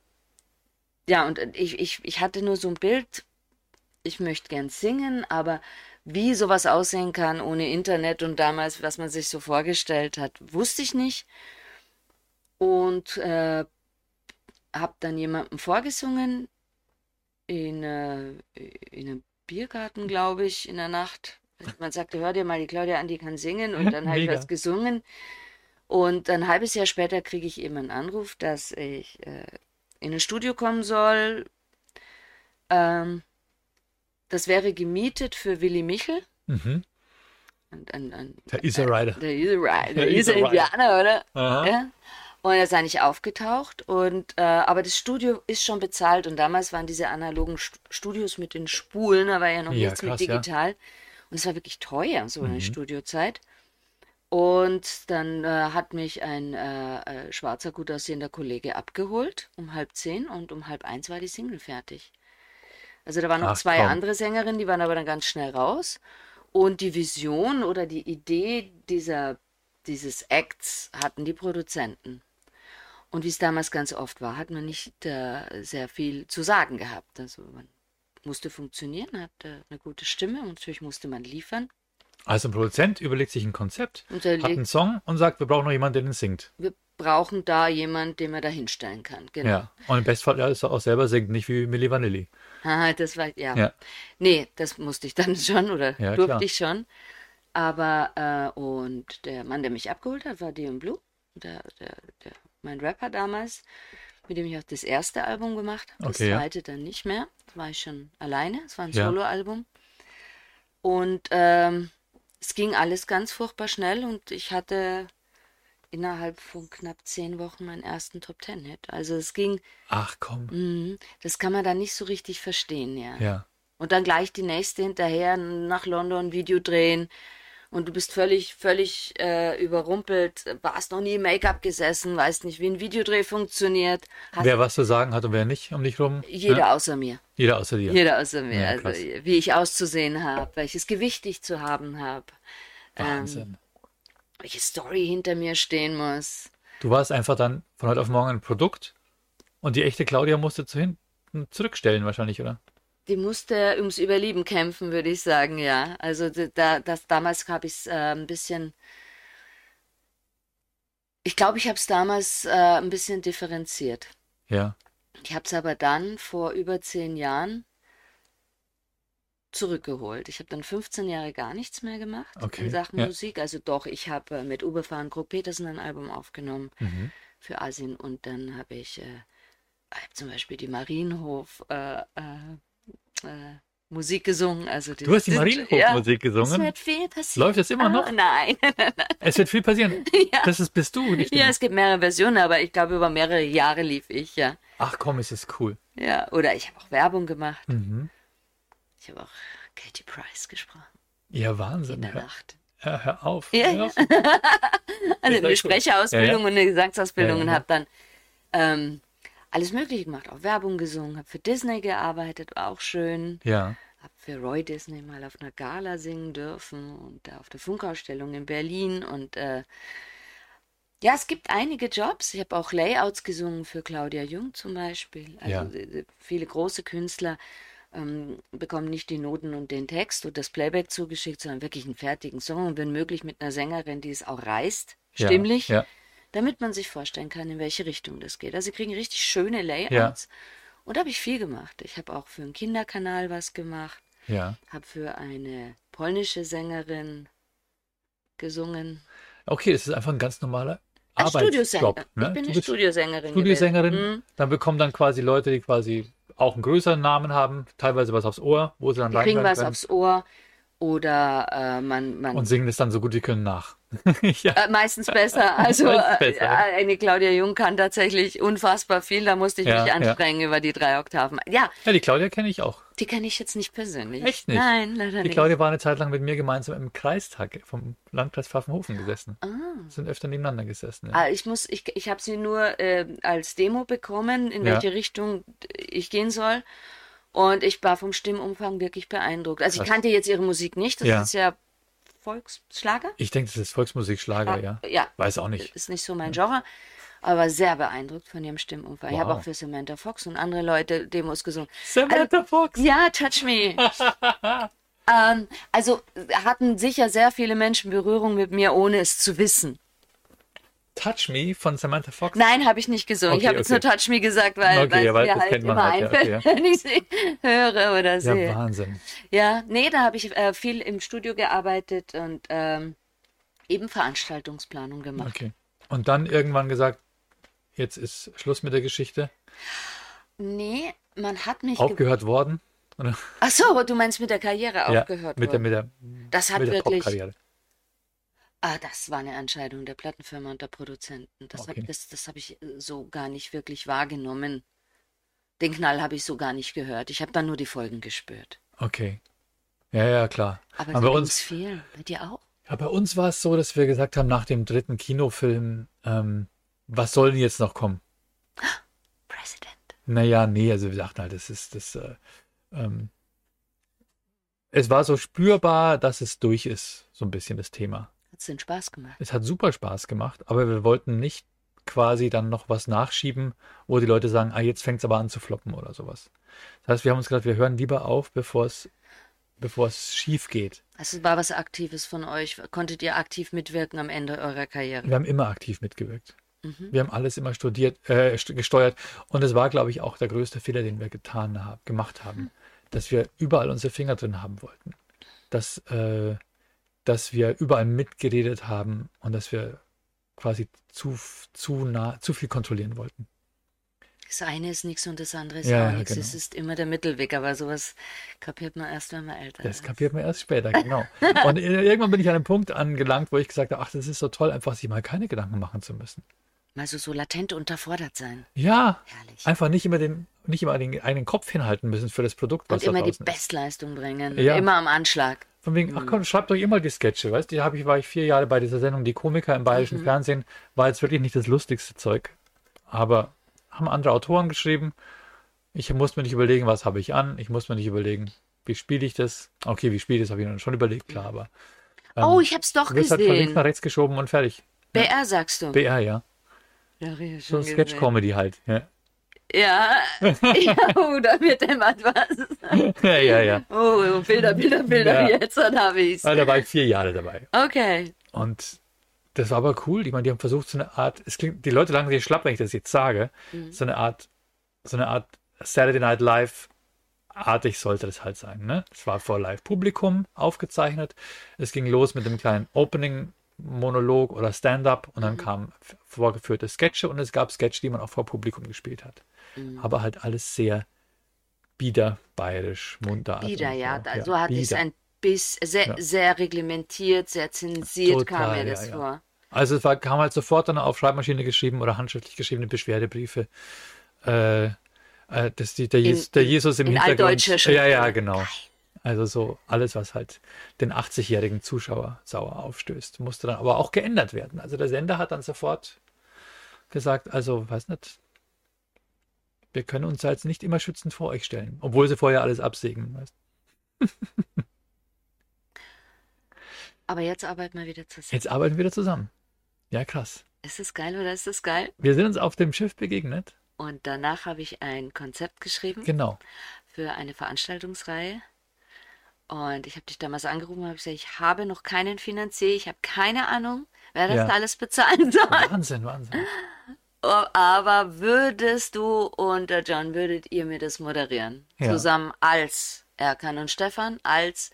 ja, und ich, ich, ich hatte nur so ein Bild, ich möchte gern singen, aber wie sowas aussehen kann ohne Internet und damals, was man sich so vorgestellt hat, wusste ich nicht. Und äh, habe dann jemandem vorgesungen in, äh, in einem Biergarten, glaube ich, in der Nacht. Man sagte, hör dir mal die Claudia an, die kann singen. Und dann habe ich
Mega.
was gesungen. Und ein halbes Jahr später kriege ich eben einen Anruf, dass ich äh, in ein Studio kommen soll. Ähm, das wäre gemietet für Willi Michel.
Mhm.
Und ein, ein,
Der Isa Rider.
der Easy Rider,
Der
der
Easy
Easy
Rider.
Indianer, oder?
Aha.
Ja. Und er sei nicht aufgetaucht. Und, äh, aber das Studio ist schon bezahlt. Und damals waren diese analogen Stu- Studios mit den Spulen, da war ja noch
Ja,
nichts
krass,
mit
ja. Mhm.
digital. Und es war wirklich teuer, so eine Studiozeit. Und dann äh, hat mich ein äh, äh, schwarzer, gut aussehender Kollege abgeholt um halb zehn und um halb eins war die Single fertig. Also da waren noch
Ach,
zwei
komm.
andere Sängerinnen, die waren aber dann ganz schnell raus. Und die Vision oder die Idee dieser, dieses Acts hatten die Produzenten. Und wie es damals ganz oft war, hat man nicht äh, sehr viel zu sagen gehabt. Also man musste funktionieren, hatte eine gute Stimme und natürlich musste man liefern.
Also ein Produzent überlegt sich ein Konzept,
Unterlegt-
hat einen Song und sagt, wir brauchen noch jemanden, der den singt.
wir brauchen da jemanden, den man da hinstellen kann. Genau.
Ja. Und im Bestfall ja, ist er auch selber singt, nicht wie Milli Vanilli.
Haha, das war, ja.
Ja.
Nee, das musste ich dann schon oder
Ja,
durfte
klar.
ich schon. Aber, äh, und der Mann, der mich abgeholt hat, war Dion Blue, der, der, der, mein Rapper damals, mit dem ich auch das erste Album gemacht habe. Das
Okay, ja.
zweite dann nicht mehr. Da war ich schon alleine. Es war ein
Ja.
Soloalbum. Und ähm, es ging alles ganz furchtbar schnell und ich hatte innerhalb von knapp zehn Wochen meinen ersten Top Ten-Hit. Also es ging,
Ach komm.
Mhm. Das kann man dann nicht so richtig verstehen, ja.
Ja.
Und dann gleich die nächste hinterher nach London Video drehen und du bist völlig, völlig äh, überrumpelt, warst noch nie im Make-up gesessen, weißt nicht, wie ein Videodreh funktioniert. Hast
Wer was zu sagen hat und wer nicht um dich rum.
jeder
Ja?
außer mir.
Jeder außer dir.
Jeder außer mir.
Ja,
also
krass.
wie ich auszusehen habe, welches Gewicht ich zu haben habe,
Wahnsinn.
welche Story hinter mir stehen muss.
Du warst einfach dann von heute auf morgen ein Produkt und die echte Claudia musste zu hinten zurückstellen wahrscheinlich, oder?
Die musste ums Überleben kämpfen, würde ich sagen, ja. Also d- da, das damals habe ich es äh, ein bisschen. Ich glaube, ich habe es damals äh, ein bisschen differenziert.
Ja.
Ich habe es aber dann vor über zehn Jahren zurückgeholt. Ich habe dann 15 Jahre gar nichts mehr gemacht
Okay,
in Sachen
ja.
Musik. Also doch, ich habe äh, mit Uwe Fahrenkrug Petersen ein Album aufgenommen
Mhm.
für Asien und dann habe ich äh, hab zum Beispiel die Marienhof äh, äh, äh, Musik gesungen. Also
Du hast die Marienhof-Musik
Es
gesungen.
wird viel passieren.
Läuft das immer noch?
Ah, nein.
Es wird viel passieren.
Ja.
Das ist, bist du, nicht
ja,
du.
es gibt mehrere Versionen, aber ich glaube, über mehrere Jahre lief ich, ja.
Ach komm, es ist cool.
Ja, oder ich habe auch Werbung gemacht.
Mhm.
Ich habe auch Katie Price gesprochen
Ja,
in
Wahnsinn.
der
Also, Ja.
Nacht.
hör, hör auf.
Genau. Ja,
hör auf.
Also eine
cool.
Sprecherausbildung
Ja,
und eine Gesangsausbildung
Ja, ja.
und habe dann ähm, alles Mögliche gemacht, auch Werbung gesungen, habe für Disney gearbeitet, war auch schön.
Ja.
Habe für Roy Disney mal auf einer Gala singen dürfen und da auf der Funkausstellung in Berlin und äh, ja, es gibt einige Jobs. Ich habe auch Layouts gesungen für Claudia Jung zum Beispiel. Also
Ja.
äh, viele große Künstler ähm, bekommen nicht die Noten und den Text und das Playback zugeschickt, sondern wirklich einen fertigen Song und wenn möglich mit einer Sängerin, die es auch reißt,
Ja,
stimmlich,
ja.
damit man sich vorstellen kann, in welche Richtung das geht. Also sie kriegen richtig schöne Layouts. Und da habe ich viel gemacht. Ich habe auch für einen Kinderkanal was gemacht,
Ja.
habe für eine polnische Sängerin gesungen.
Okay, das ist einfach ein ganz normaler
Als
Arbeitsjob.
Studiosängerin.
Ne?
Ich bin
Du
eine
bist
Studiosängerin.
Studiosängerin. Hm?
gewesen. Mhm.
Dann bekommen dann quasi Leute, die quasi auch einen größeren Namen haben, teilweise was aufs Ohr, wo sie dann
Die kriegen
reinhören
was aufs Ohr oder äh, man, man
und singen es dann so gut wie können nach. ja.
äh, meistens besser. Also
Meistens
äh,
besser.
eine Claudia Jung kann tatsächlich unfassbar viel. Da musste ich
Ja,
mich
ja.
anstrengen über die drei Oktaven. Ja,
ja, die Claudia kenne ich auch.
die kenne ich jetzt nicht persönlich.
Echt nicht?
Nein, leider
Die
nicht.
Claudia war eine Zeit lang mit mir gemeinsam im Kreistag vom Landkreis Pfaffenhofen gesessen.
Ah.
Sind öfter nebeneinander gesessen. Ja.
Ah, ich muss, ich, ich habe sie nur äh, als Demo bekommen, in
Ja.
welche Richtung ich gehen soll. Und ich war vom Stimmumfang wirklich beeindruckt. Also ich
Krass.
kannte jetzt ihre Musik nicht. Das
Ja.
ist ja Volksschlager.
Ich denke, das ist Volksmusik, Schlager, ja.
Ah, ja.
Weiß auch nicht.
Ist nicht so mein Genre, aber sehr beeindruckt von ihrem Stimmumfang. Ich
Wow.
habe auch für Samantha Fox und andere Leute Demos gesungen.
Samantha Fox.
Also, Ja, touch me. ähm, also hatten sicher sehr viele Menschen Berührung mit mir, ohne es zu wissen.
Touch Me von Samantha Fox.
Nein, habe ich nicht gesungen. ich
Okay,
habe jetzt
okay.
nur Touch Me gesagt, weil,
Okay,
weil
ja,
es
weil
mir
das
halt
kennt man
immer
halt, ja,
einfällt,
okay,
wenn ich sie höre oder
ja,
sehe.
Wahnsinn.
Ja, nee, da habe ich äh, viel im Studio gearbeitet und ähm, eben Veranstaltungsplanung gemacht.
Okay. Und dann irgendwann gesagt, jetzt ist Schluss mit der Geschichte.
Nee, man hat mich ge-
Aufgehört worden. Oder?
Ach so, du meinst mit der Karriere
Ja,
aufgehört
mit der,
worden.
mit der,
das hat
mit der
wirklich.
Popkarriere.
Ah, das war eine Entscheidung der Plattenfirma und der Produzenten. Das
Okay.
habe das, das hab ich äh, so gar nicht wirklich wahrgenommen. Den Knall habe ich so gar nicht gehört. Ich habe dann nur die Folgen gespürt.
Okay. Ja, ja, klar.
Aber,
Aber
so
bei
ging's
uns,
viel. Bei dir auch?
ja, bei uns war es so, dass wir gesagt haben, nach dem dritten Kinofilm, ähm, was soll denn jetzt noch kommen?
President.
Naja, nee, also wir dachten halt, das ist das. Äh, ähm, es war so spürbar, dass es durch ist, so ein bisschen das Thema.
Hat's den Spaß gemacht?
Es hat super Spaß gemacht, aber wir wollten nicht quasi dann noch was nachschieben, wo die Leute sagen, ah, jetzt fängt es aber an zu floppen oder sowas. Das heißt, wir haben uns gedacht, wir hören lieber auf, bevor es bevor es schief geht.
Also es war was Aktives von euch. Konntet ihr aktiv mitwirken am Ende eurer Karriere?
Wir haben immer aktiv mitgewirkt.
Mhm.
Wir haben alles immer studiert, äh, st- gesteuert. Und es war, glaube ich, auch der größte Fehler, den wir getan haben, gemacht
Hm.
haben, dass wir überall unsere Finger drin haben wollten. Dass, äh, dass wir überall mitgeredet haben und dass wir quasi zu, f- zu nah, zu viel kontrollieren wollten.
Das eine ist nichts und das andere ist
Ja,
auch
ja,
nichts.
genau.
Es ist immer der Mittelweg, aber sowas kapiert man erst, wenn man älter
Das
ist.
kapiert man erst später, genau. Und ir- irgendwann bin ich an einem Punkt angelangt, wo ich gesagt habe, ach, das ist so toll, einfach sich mal keine Gedanken machen zu müssen.
Mal Also so, so latent unterfordert sein.
Ja,
Herrlich.
einfach nicht immer den, nicht immer den eigenen Kopf hinhalten müssen für das Produkt, was
Und immer
da
die
draußen ist.
Bestleistung bringen.
Ja.
Immer am Anschlag.
Von wegen, ach
Mhm.
komm, schreibt doch immer die Sketche, weißt du? Da hab ich, war ich vier Jahre bei dieser Sendung Die Komiker im bayerischen
Mhm.
Fernsehen, war jetzt wirklich nicht das lustigste Zeug. Aber haben andere Autoren geschrieben. Ich musste mir nicht überlegen, was habe ich an. Ich musste mir nicht überlegen, wie spiele ich das. Okay, wie spiele ich das, habe ich mir schon überlegt, klar, aber
oh, ich hab's doch
du wirst halt von links
gesehen.
nach rechts geschoben und fertig.
BR sagst du.
BR, ja.
ja, hab ich
So
schon gesehen.
Sketch-Comedy halt. Ja,
Ja, ja oh, da wird immer was.
ja, ja. ja.
Oh, Bilder, Bilder, Bilder,
Ja. Also
jetzt, dann hab ich's.
Aber Da war ich vier Jahre dabei.
Okay.
Und das war aber cool. Ich meine, die haben versucht, so eine Art, es klingt, die Leute lachen sich schlapp, wenn ich das jetzt sage, so eine Art, so eine Art Saturday Night Live artig sollte das halt sein. Ne? Es war vor Live-Publikum aufgezeichnet. Es ging los mit einem kleinen Opening-Monolog oder Stand-up und dann kamen f- vorgeführte Sketche und es gab Sketche, die man auch vor Publikum gespielt hat. Aber halt alles sehr bieder, bayerisch, munter.
Bieder, ja.
so.
Also hatte ich's
bieder.
ein bisschen sehr,
Ja.
sehr reglementiert, sehr zensiert kam
Total,
mir
ja,
das
ja.
vor.
Also es war, kam halt sofort dann auf Schreibmaschine geschrieben oder handschriftlich geschriebene Beschwerdebriefe. Äh, äh, das, die, der, Jes
In-
der Jesus im
in
Hintergrund.
altdeutscher Schrift.
Ja, ja, genau. Also so alles, was halt den 80-jährigen Zuschauer sauer aufstößt, musste dann aber auch geändert werden. Also der Sender hat dann sofort gesagt, also weiß nicht, wir können uns jetzt nicht immer schützend vor euch stellen, obwohl sie vorher alles absägen. Weißt?
Aber jetzt arbeiten wir wieder zusammen.
Jetzt arbeiten wir wieder zusammen. Ja, krass.
Ist es geil oder ist es geil?
Wir sind uns auf dem Schiff begegnet.
Und danach habe ich ein Konzept geschrieben
Genau.
für eine Veranstaltungsreihe. Und ich habe dich damals angerufen und habe gesagt, ich habe noch keinen Finanzier, ich habe keine Ahnung, wer das
Ja.
da alles bezahlen soll.
Wahnsinn, Wahnsinn.
Oh, Aber würdest du und der John, würdet ihr mir das moderieren?
Ja.
Zusammen als Erkan und Stefan, als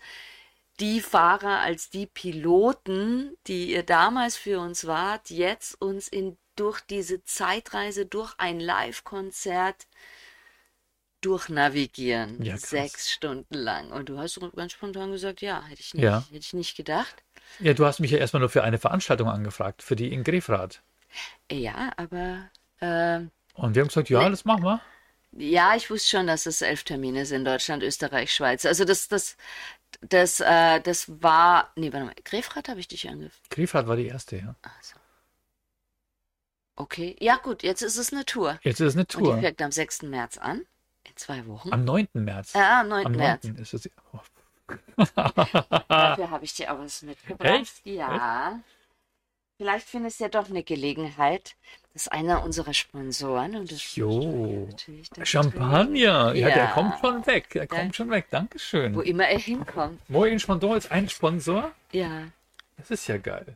die Fahrer, als die Piloten, die ihr damals für uns wart, jetzt uns in, durch diese Zeitreise, durch ein Live-Konzert durchnavigieren.
Ja, krass.
sechs Stunden lang. Und du hast ganz spontan gesagt, ja, hätte ich nicht,
Ja.
hätte ich nicht gedacht.
Ja, du hast mich ja erstmal nur für eine Veranstaltung angefragt, für die in Grefrath.
Ja, aber ähm,
Und wir haben gesagt, ja, das machen wir.
Ja, ich wusste schon, dass es elf Termine sind, Deutschland, Österreich, Schweiz. Also das, das, das, äh, das war. Nee, warte mal, Grefrath habe ich dich angegriffen.
Grefrath war die erste, ja.
Also. Okay. Ja, gut, jetzt ist es eine Tour.
Jetzt ist es eine
Und die
Tour.
fängt am 6. März an. In zwei Wochen.
Am 9. März.
Äh, am 9.
Am 9.
März.
ist es. Oh.
Dafür habe ich dir aber was mitgebracht.
Ah. Echt?
Ja. Vielleicht findest du ja doch eine Gelegenheit. Das ist einer unserer Sponsoren und das
Jo.
natürlich dann
Champagner. Ja, der
Ja.
kommt schon weg. Der kommt schon weg. Dankeschön.
Wo immer er hinkommt.
Moin Sponsor ist ein Sponsor.
Ja,
Das ist ja geil.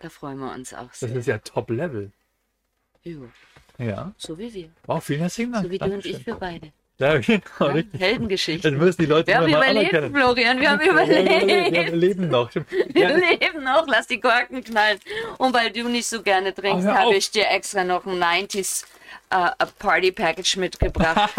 da freuen wir uns auch
Das
sehr.
ist ja Top-Level.
Jo.
Ja.
So wie wir.
Wow, vielen herzlichen Dank.
So wie du und ich,
Ah, Dankeschön.
wir beide.
Ja, genau,
Ja?
richtig. Das
Heldengeschichten.
müssen die Leute
Wir haben
immer mal
überlebt,
anerkennen.
Florian. Wir haben
Ja,
überlebt.
wir leben noch.
Wir
Ja,
leben noch. Lass die Korken knallen. Und weil du nicht so gerne trinkst,
Oh, hör auf.
habe ich dir extra noch ein 90s äh, Party Package mitgebracht.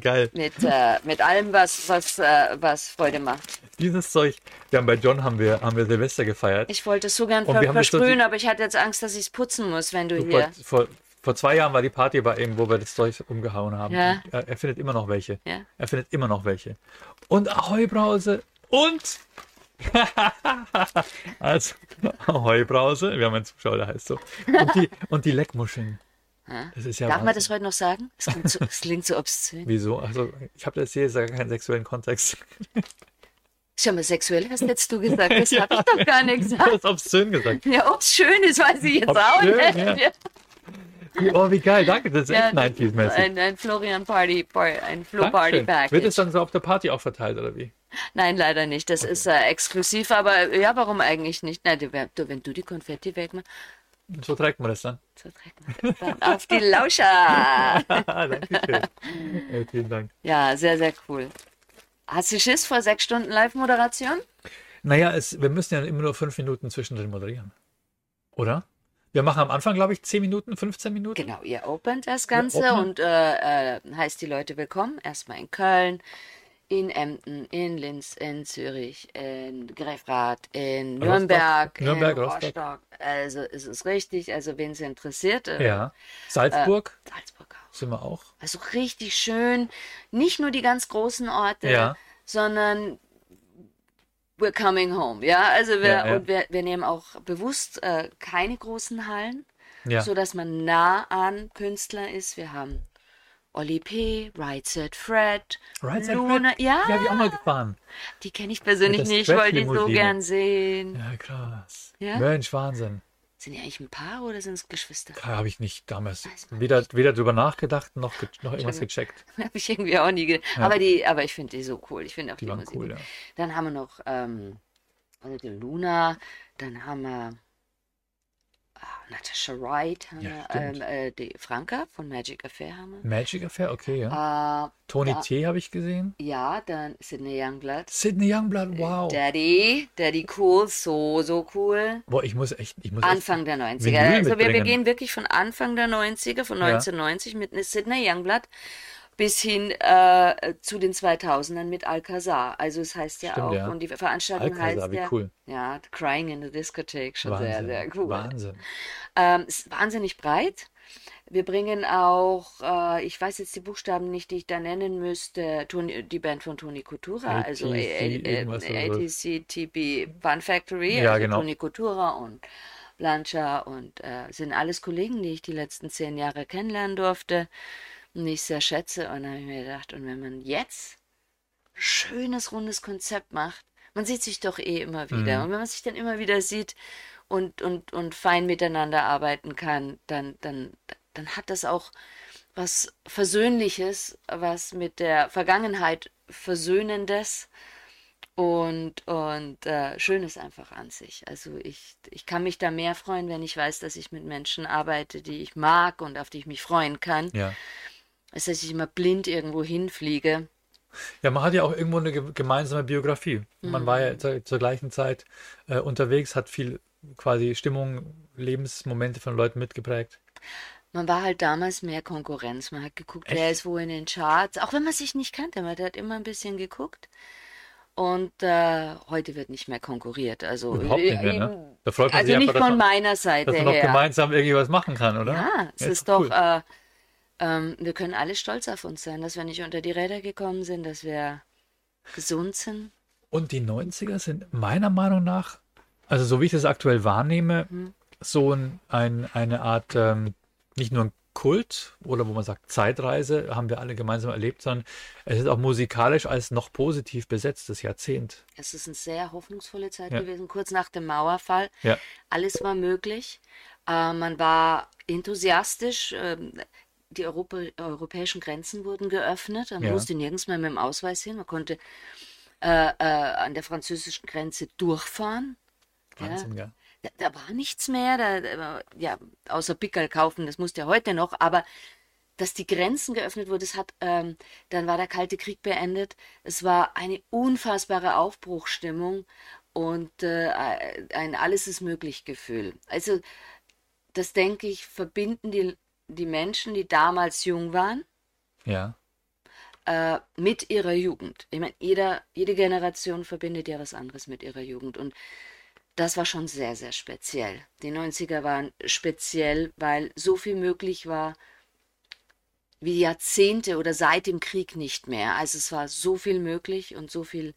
geil.
mit, äh, mit allem, was, was, äh, was Freude macht.
Dieses Zeug. Wir haben bei John haben wir, haben wir Silvester gefeiert.
Ich wollte es so gern
Und Oh, wir haben das so-
versprühen, aber ich hatte jetzt Angst, dass ich es putzen muss, wenn du
Vor,
hier.
vor, vor zwei Jahren war die Party bei ihm, wo wir das Zeug umgehauen haben.
Ja.
Und Er, er findet immer noch welche.
Ja.
Er findet immer noch welche. Und Ahoi Brause. Und. also, Ahoi Brause. Wir haben einen Zuschauer, der heißt so. Und die, und die Leckmuscheln. Das ist ja
Darf man
Wahnsinn.
das heute noch sagen? Es klingt so, es klingt so obszön.
Wieso? Also, ich habe das hier jetzt gar keinen sexuellen Kontext.
Schau mal, sexuell hast jetzt du gesagt. Das habe ich doch gar nicht gesagt.
Das ist obszön gesagt.
Ja, ob es schön ist, weiß ich jetzt
Ob's
auch
schön,
nicht.
ja. Oh, wie geil. Danke, das ist
Ja,
echt 90s-mäßig.
Ein, ein Florian Party, Par- ein Flo Party
Dankeschön. Wird es
Package.
dann so auf der Party auch verteilt, oder wie?
Nein, leider nicht. Das ist äh, exklusiv, aber ja, warum eigentlich nicht? Nein, du, du, wenn du die Konfetti wegmachst,
Und so trägt man das dann.
so trägt man das dann auf die Lauscher.
Dankeschön. Äh, vielen Dank.
Ja, sehr, sehr cool. Hast du Schiss vor sechs Stunden Live-Moderation?
Naja, es, wir müssen ja immer nur fünf Minuten zwischendrin moderieren. Oder? Wir machen am Anfang, glaube ich, 10 Minuten, 15 Minuten.
Genau, ihr opent das Ganze
openen.
und äh, äh, heißt die Leute willkommen. Erstmal in Köln, in Emden, in Linz, in Zürich, in Grefrath, in
Rostock.
Nürnberg,
Nürnberg,
in
Rostock.
Also ist es richtig, also wen es interessiert. äh,
Ja. Salzburg
Salzburg auch.
sind wir auch.
Also richtig schön. Nicht nur die ganz großen Orte,
Ja.
sondern we're coming home. Ja, also wir,
Ja, ja.
Und wir, wir nehmen auch bewusst äh, keine großen Hallen
Ja.
so dass man nah an Künstler ist. Wir haben Oli P., Right Said Fred,
Right Said
Luna, ja,
Ja, wir auch mal gefahren.
die kenne ich persönlich
Mit der
nicht, wollte die so
Stretch-Limousine.
gern sehen.
Ja, krass.
Ja?
Mensch, Wahnsinn.
Sind die eigentlich ein Paar oder sind es Geschwister?
Da habe ich nicht damals
Weiß man
weder, weder drüber nachgedacht noch, ge noch irgendwas gecheckt.
Habe ich irgendwie auch nie ge Aber die, aber ich finde die so cool. Ich finde auch die,
waren
Musik.
cool,
gut.
ja.
Dann haben wir noch ähm, also die Luna, dann haben wir ah, Natasha Wright, haben
Ja,
wir, ähm,
stimmt.
äh, die Franka von Magic Affair haben
Magic Affair, okay, ja.
wir. Äh,
Tony
da-
T. habe ich gesehen.
ja, dann Sydney Youngblood.
Sydney
Äh,
Youngblood, wow.
Daddy, Daddy cool, so, so cool.
Boah, ich muss echt, ich muss echt
Anfang der 90er.
Vinyl
Also wir, wir
mitbringen.
gehen wirklich von Anfang der 90er, von
Ja.
1990 mit Miss Sidney Youngblood bis hin äh, zu den 2000ern mit Alcazar. Also es heißt ja
Stimmt,
auch,
ja.
und die Veranstaltung
Alcazar,
heißt
wie
ja,
cool.
ja, Crying in the Discotheque, schon
Wahnsinn.
sehr, sehr cool.
Wahnsinn.
Ähm, ist wahnsinnig breit. Wir bringen auch, äh, ich weiß jetzt die Buchstaben nicht, die ich da nennen müsste, Toni, die Band von Toni Kutura, also äh,
ATC,
äh,
irgendwas oder
ATC, TB, Fun Factory,
Ja,
also
genau.
Toni Kutura und Blancha und äh, sind alles Kollegen, die ich die letzten zehn Jahre kennenlernen durfte und ich sehr schätze. Und da habe ich mir gedacht, und wenn man jetzt ein schönes, rundes Konzept macht, man sieht sich doch eh immer wieder. Und wenn man sich dann immer wieder sieht und, und, und fein miteinander arbeiten kann, dann, dann, dann hat das auch was Versöhnliches, was mit der Vergangenheit Versöhnendes und, und äh, Schönes einfach an sich. Also ich, ich kann mich da mehr freuen, wenn ich weiß, dass ich mit Menschen arbeite, die ich mag und auf die ich mich freuen kann,
Ja.
als dass ich immer blind irgendwo hinfliege.
Ja, man hat ja auch irgendwo eine ge- gemeinsame Biografie. Man war
Mhm.
ja zur, zur gleichen Zeit äh, unterwegs, hat viel quasi Stimmung, Lebensmomente von Leuten mitgeprägt.
Man war halt damals mehr Konkurrenz. Man hat geguckt, wer ist wo in den Charts. Auch wenn man sich nicht kannte, man hat immer ein bisschen geguckt. Und äh, heute wird nicht mehr konkurriert. Also,
Überhaupt nicht mehr, ne? Da freut man
also
sich
nicht
einfach, dass
von
man-
meiner Seite
Dass man auch
her.
gemeinsam irgendwie was machen kann, oder?
Ja, es
Ja,
ist doch,
cool.
äh, ähm, wir können alle stolz auf uns sein, dass wir nicht unter die Räder gekommen sind, dass wir gesund sind.
Und die 90er sind meiner Meinung nach, also so wie ich das aktuell wahrnehme, so ein, ein, eine Art, ähm, nicht nur ein Kult oder wo man sagt Zeitreise, haben wir alle gemeinsam erlebt, sondern es ist auch musikalisch als noch positiv besetztes Jahrzehnt.
Es ist eine sehr hoffnungsvolle Zeit
Ja.
gewesen, kurz nach dem Mauerfall.
Ja.
Alles war möglich. Äh, man war enthusiastisch. ähm, die Europa europäischen Grenzen wurden geöffnet. Man
Ja.
musste nirgends mehr mit dem Ausweis hin. Man konnte äh, äh, an der französischen Grenze durchfahren.
Wahnsinn, gell?
Da, da war nichts mehr, da, da, ja, außer Pickel kaufen, das musst du ja heute noch, aber dass die Grenzen geöffnet wurden, das hat, ähm, dann war der Kalte Krieg beendet. Es war eine unfassbare Aufbruchstimmung und äh, ein Alles ist möglich Gefühl. Also, das denke ich, verbinden die, die Menschen, die damals jung waren,
Ja.
äh, mit ihrer Jugend. Ich meine, jeder, jede Generation verbindet ja was anderes mit ihrer Jugend. Und das war schon sehr, sehr speziell. Die 90er waren speziell, weil so viel möglich war wie Jahrzehnte oder seit dem Krieg nicht mehr. Also es war so viel möglich und so viel,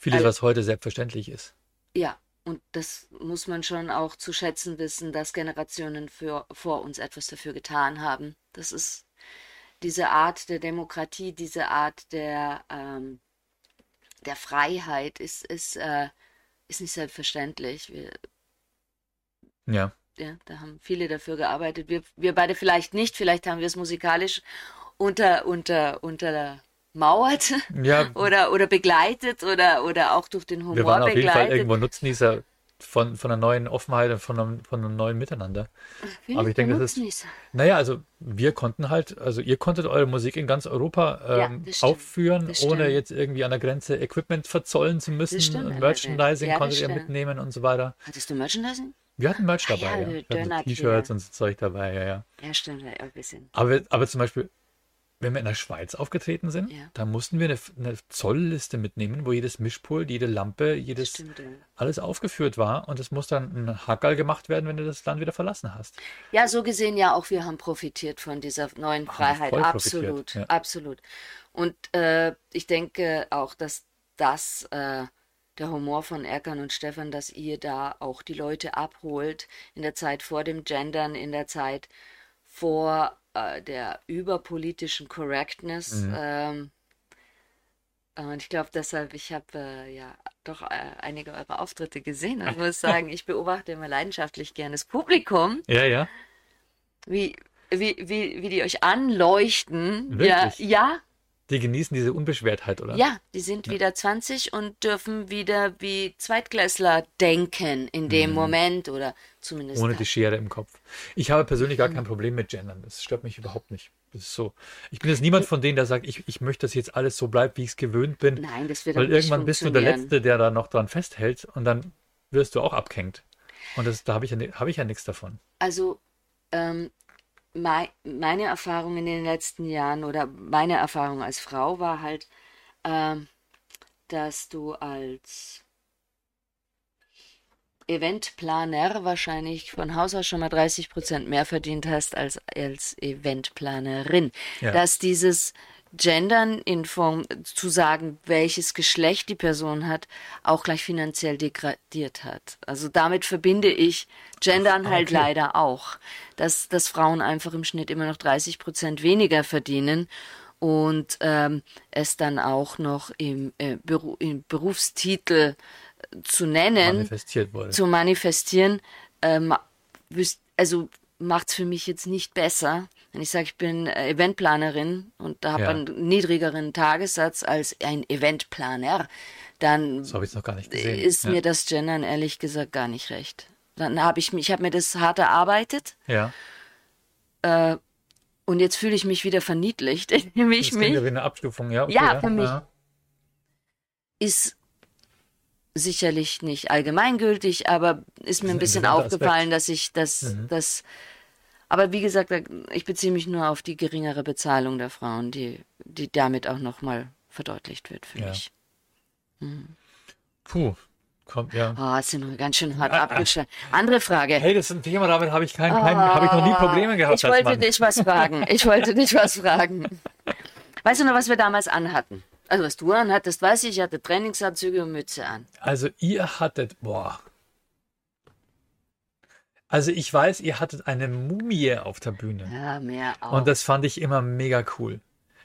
Vieles,
Also-
was heute selbstverständlich ist.
ja. Und das muss man schon auch zu schätzen wissen, dass Generationen für, vor uns etwas dafür getan haben. Das ist diese Art der Demokratie, diese Art der, ähm, der Freiheit ist, ist, äh, ist nicht selbstverständlich. Wir,
Ja.
ja, da haben viele dafür gearbeitet. Wir, wir beide vielleicht nicht, vielleicht haben wir es musikalisch unter, unter, untermauert
Ja,
oder, oder begleitet oder, oder auch durch den Humor
wir waren auf jeden
begleitet.
Fall irgendwo Nutznießer von, von einer neuen Offenheit und von einem, von einem neuen Miteinander.
Finde
aber ich denke, das
benutzt
ist-
nicht so.
Naja, also wir konnten halt, also ihr konntet eure Musik in ganz Europa
Ja,
ähm,
das stimmt.
aufführen,
Das
ohne
stimmt.
jetzt irgendwie an der Grenze Equipment verzollen zu müssen.
stimmt
und
allerdings.
Merchandising
Ja, das
konntet ihr
stimmt.
mitnehmen und so weiter.
Hattest du Merchandising?
Wir hatten Merch
Ah,
dabei,
ja,
ja.
wir
Wir hatten
Döner-
so T-Shirts und so Zeug dabei, ja, ja.
Ja, stimmt, ja, ein bisschen.
Aber, wir- aber zum Beispiel, wenn wir in der Schweiz aufgetreten sind,
Ja.
da mussten wir eine, eine Zollliste mitnehmen, wo jedes Mischpult, jede Lampe, jedes
Stimmt, ja.
alles aufgeführt war und es muss dann ein Hackerl gemacht werden, wenn du das Land wieder verlassen hast.
Ja, so gesehen ja auch wir haben profitiert von dieser neuen Freiheit.
voll profitiert,
Absolut,
ja.
absolut. Und äh, ich denke auch, dass das äh, der Humor von Erkan und Stefan, dass ihr da auch die Leute abholt in der Zeit vor dem Gendern, in der Zeit vor äh, der überpolitischen Correctness.
Mhm.
Ähm, und ich glaube deshalb, ich habe äh, ja doch äh, einige eurer Auftritte gesehen und muss sagen, ich beobachte immer leidenschaftlich gerne das Publikum
Ja, ja.
wie, wie, wie, wie die euch anleuchten.
Wirklich?
Ja,
Die genießen diese Unbeschwertheit, oder?
ja, ja, die sind wieder 20 und dürfen wieder wie Zweitklässler denken in dem Moment oder zumindest.
Mhm. Ohne
da-
die Schere im Kopf. Ich habe persönlich gar kein Problem mit Gendern. Das stört mich überhaupt nicht. Das ist so. Ich bin jetzt niemand von denen, der sagt, ich, ich möchte, dass jetzt alles so bleibt, wie ich es gewöhnt bin.
Nein, das wird
weil
aber nicht
irgendwann bist du der
funktionieren.
Letzte, der da noch dran festhält und dann wirst du auch abgehängt. Und das, da habe ich, ja, ni- habe ich ja nichts davon.
Also, ähm, mei- meine Erfahrung in den letzten Jahren oder meine Erfahrung als Frau war halt, ähm, dass du als Eventplaner wahrscheinlich von Haus aus schon mal 30 Prozent mehr verdient hast als als Eventplanerin.
Ja.
Dass dieses Gendern in Form zu sagen, welches Geschlecht die Person hat, auch gleich finanziell degradiert hat. Also damit verbinde ich Gendern
Ah,
halt
okay.
leider auch, dass, dass Frauen einfach im Schnitt immer noch 30 Prozent weniger verdienen und ähm, es dann auch noch im, äh, Beru im Berufstitel äh, zu nennen
manifestiert wurde.
zu manifestieren, ähm, wüs- also macht es für mich jetzt nicht besser, wenn ich sage, ich bin äh, Eventplanerin und da habe
Ja.
einen niedrigeren Tagessatz als ein Eventplaner, dann
so habe ich es noch gar nicht gesehen.
ist
ja.
mir das Gendern ehrlich gesagt gar nicht recht. Dann habe ich mich, ich habe mir das hart erarbeitet äh,
ja.
und jetzt fühle ich mich wieder verniedlicht, indem ich
das klingt
mich
ja wie eine Abstufung, ja. Okay,
Ja, für mich.
Ja.
ist sicherlich nicht allgemeingültig, aber ist mir
ein
ein bisschen
interessanter Mhm.
aufgefallen, dass ich das, das, aber wie gesagt, da- ich beziehe mich nur auf die geringere Bezahlung der Frauen, die, die damit auch nochmal verdeutlicht wird für
Ja.
mich.
Puh, kommt ja.
Oh, jetzt sind wir ganz schön hart
Ah, ah.
abgeschlagen. Andere Frage.
Hey, das ist ein Thema, damit habe ich, kein, kein, habe ich noch nie Probleme gehabt
Ah. ich
als
wollte
Mann.
dich was fragen. Ich wollte dich was fragen. Weißt du noch, was wir damals anhatten? Also was du anhattest, weiß ich, ich hatte Trainingsanzüge und Mütze an.
Also ihr hattet, boah. Also ich weiß, ihr hattet eine Mumie auf der Bühne.
Ja, mehr auch.
Und das fand ich immer mega cool.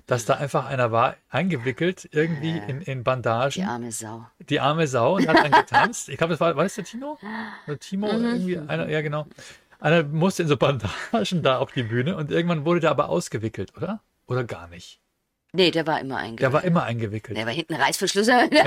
Dass da einfach einer war, eingewickelt, irgendwie in, in Bandagen,
die arme Sau.
die arme Sau und hat dann getanzt. Ich glaube, das war, war das der Tino? Oder Timo,
Mhm.
irgendwie einer, ja genau. Einer musste in so Bandagen da auf die Bühne und irgendwann wurde der aber ausgewickelt, oder? Oder gar nicht.
Nee, der war immer eingewickelt.
Der war immer eingewickelt.
Der war hinten Reißverschluss. Ja,
Hinten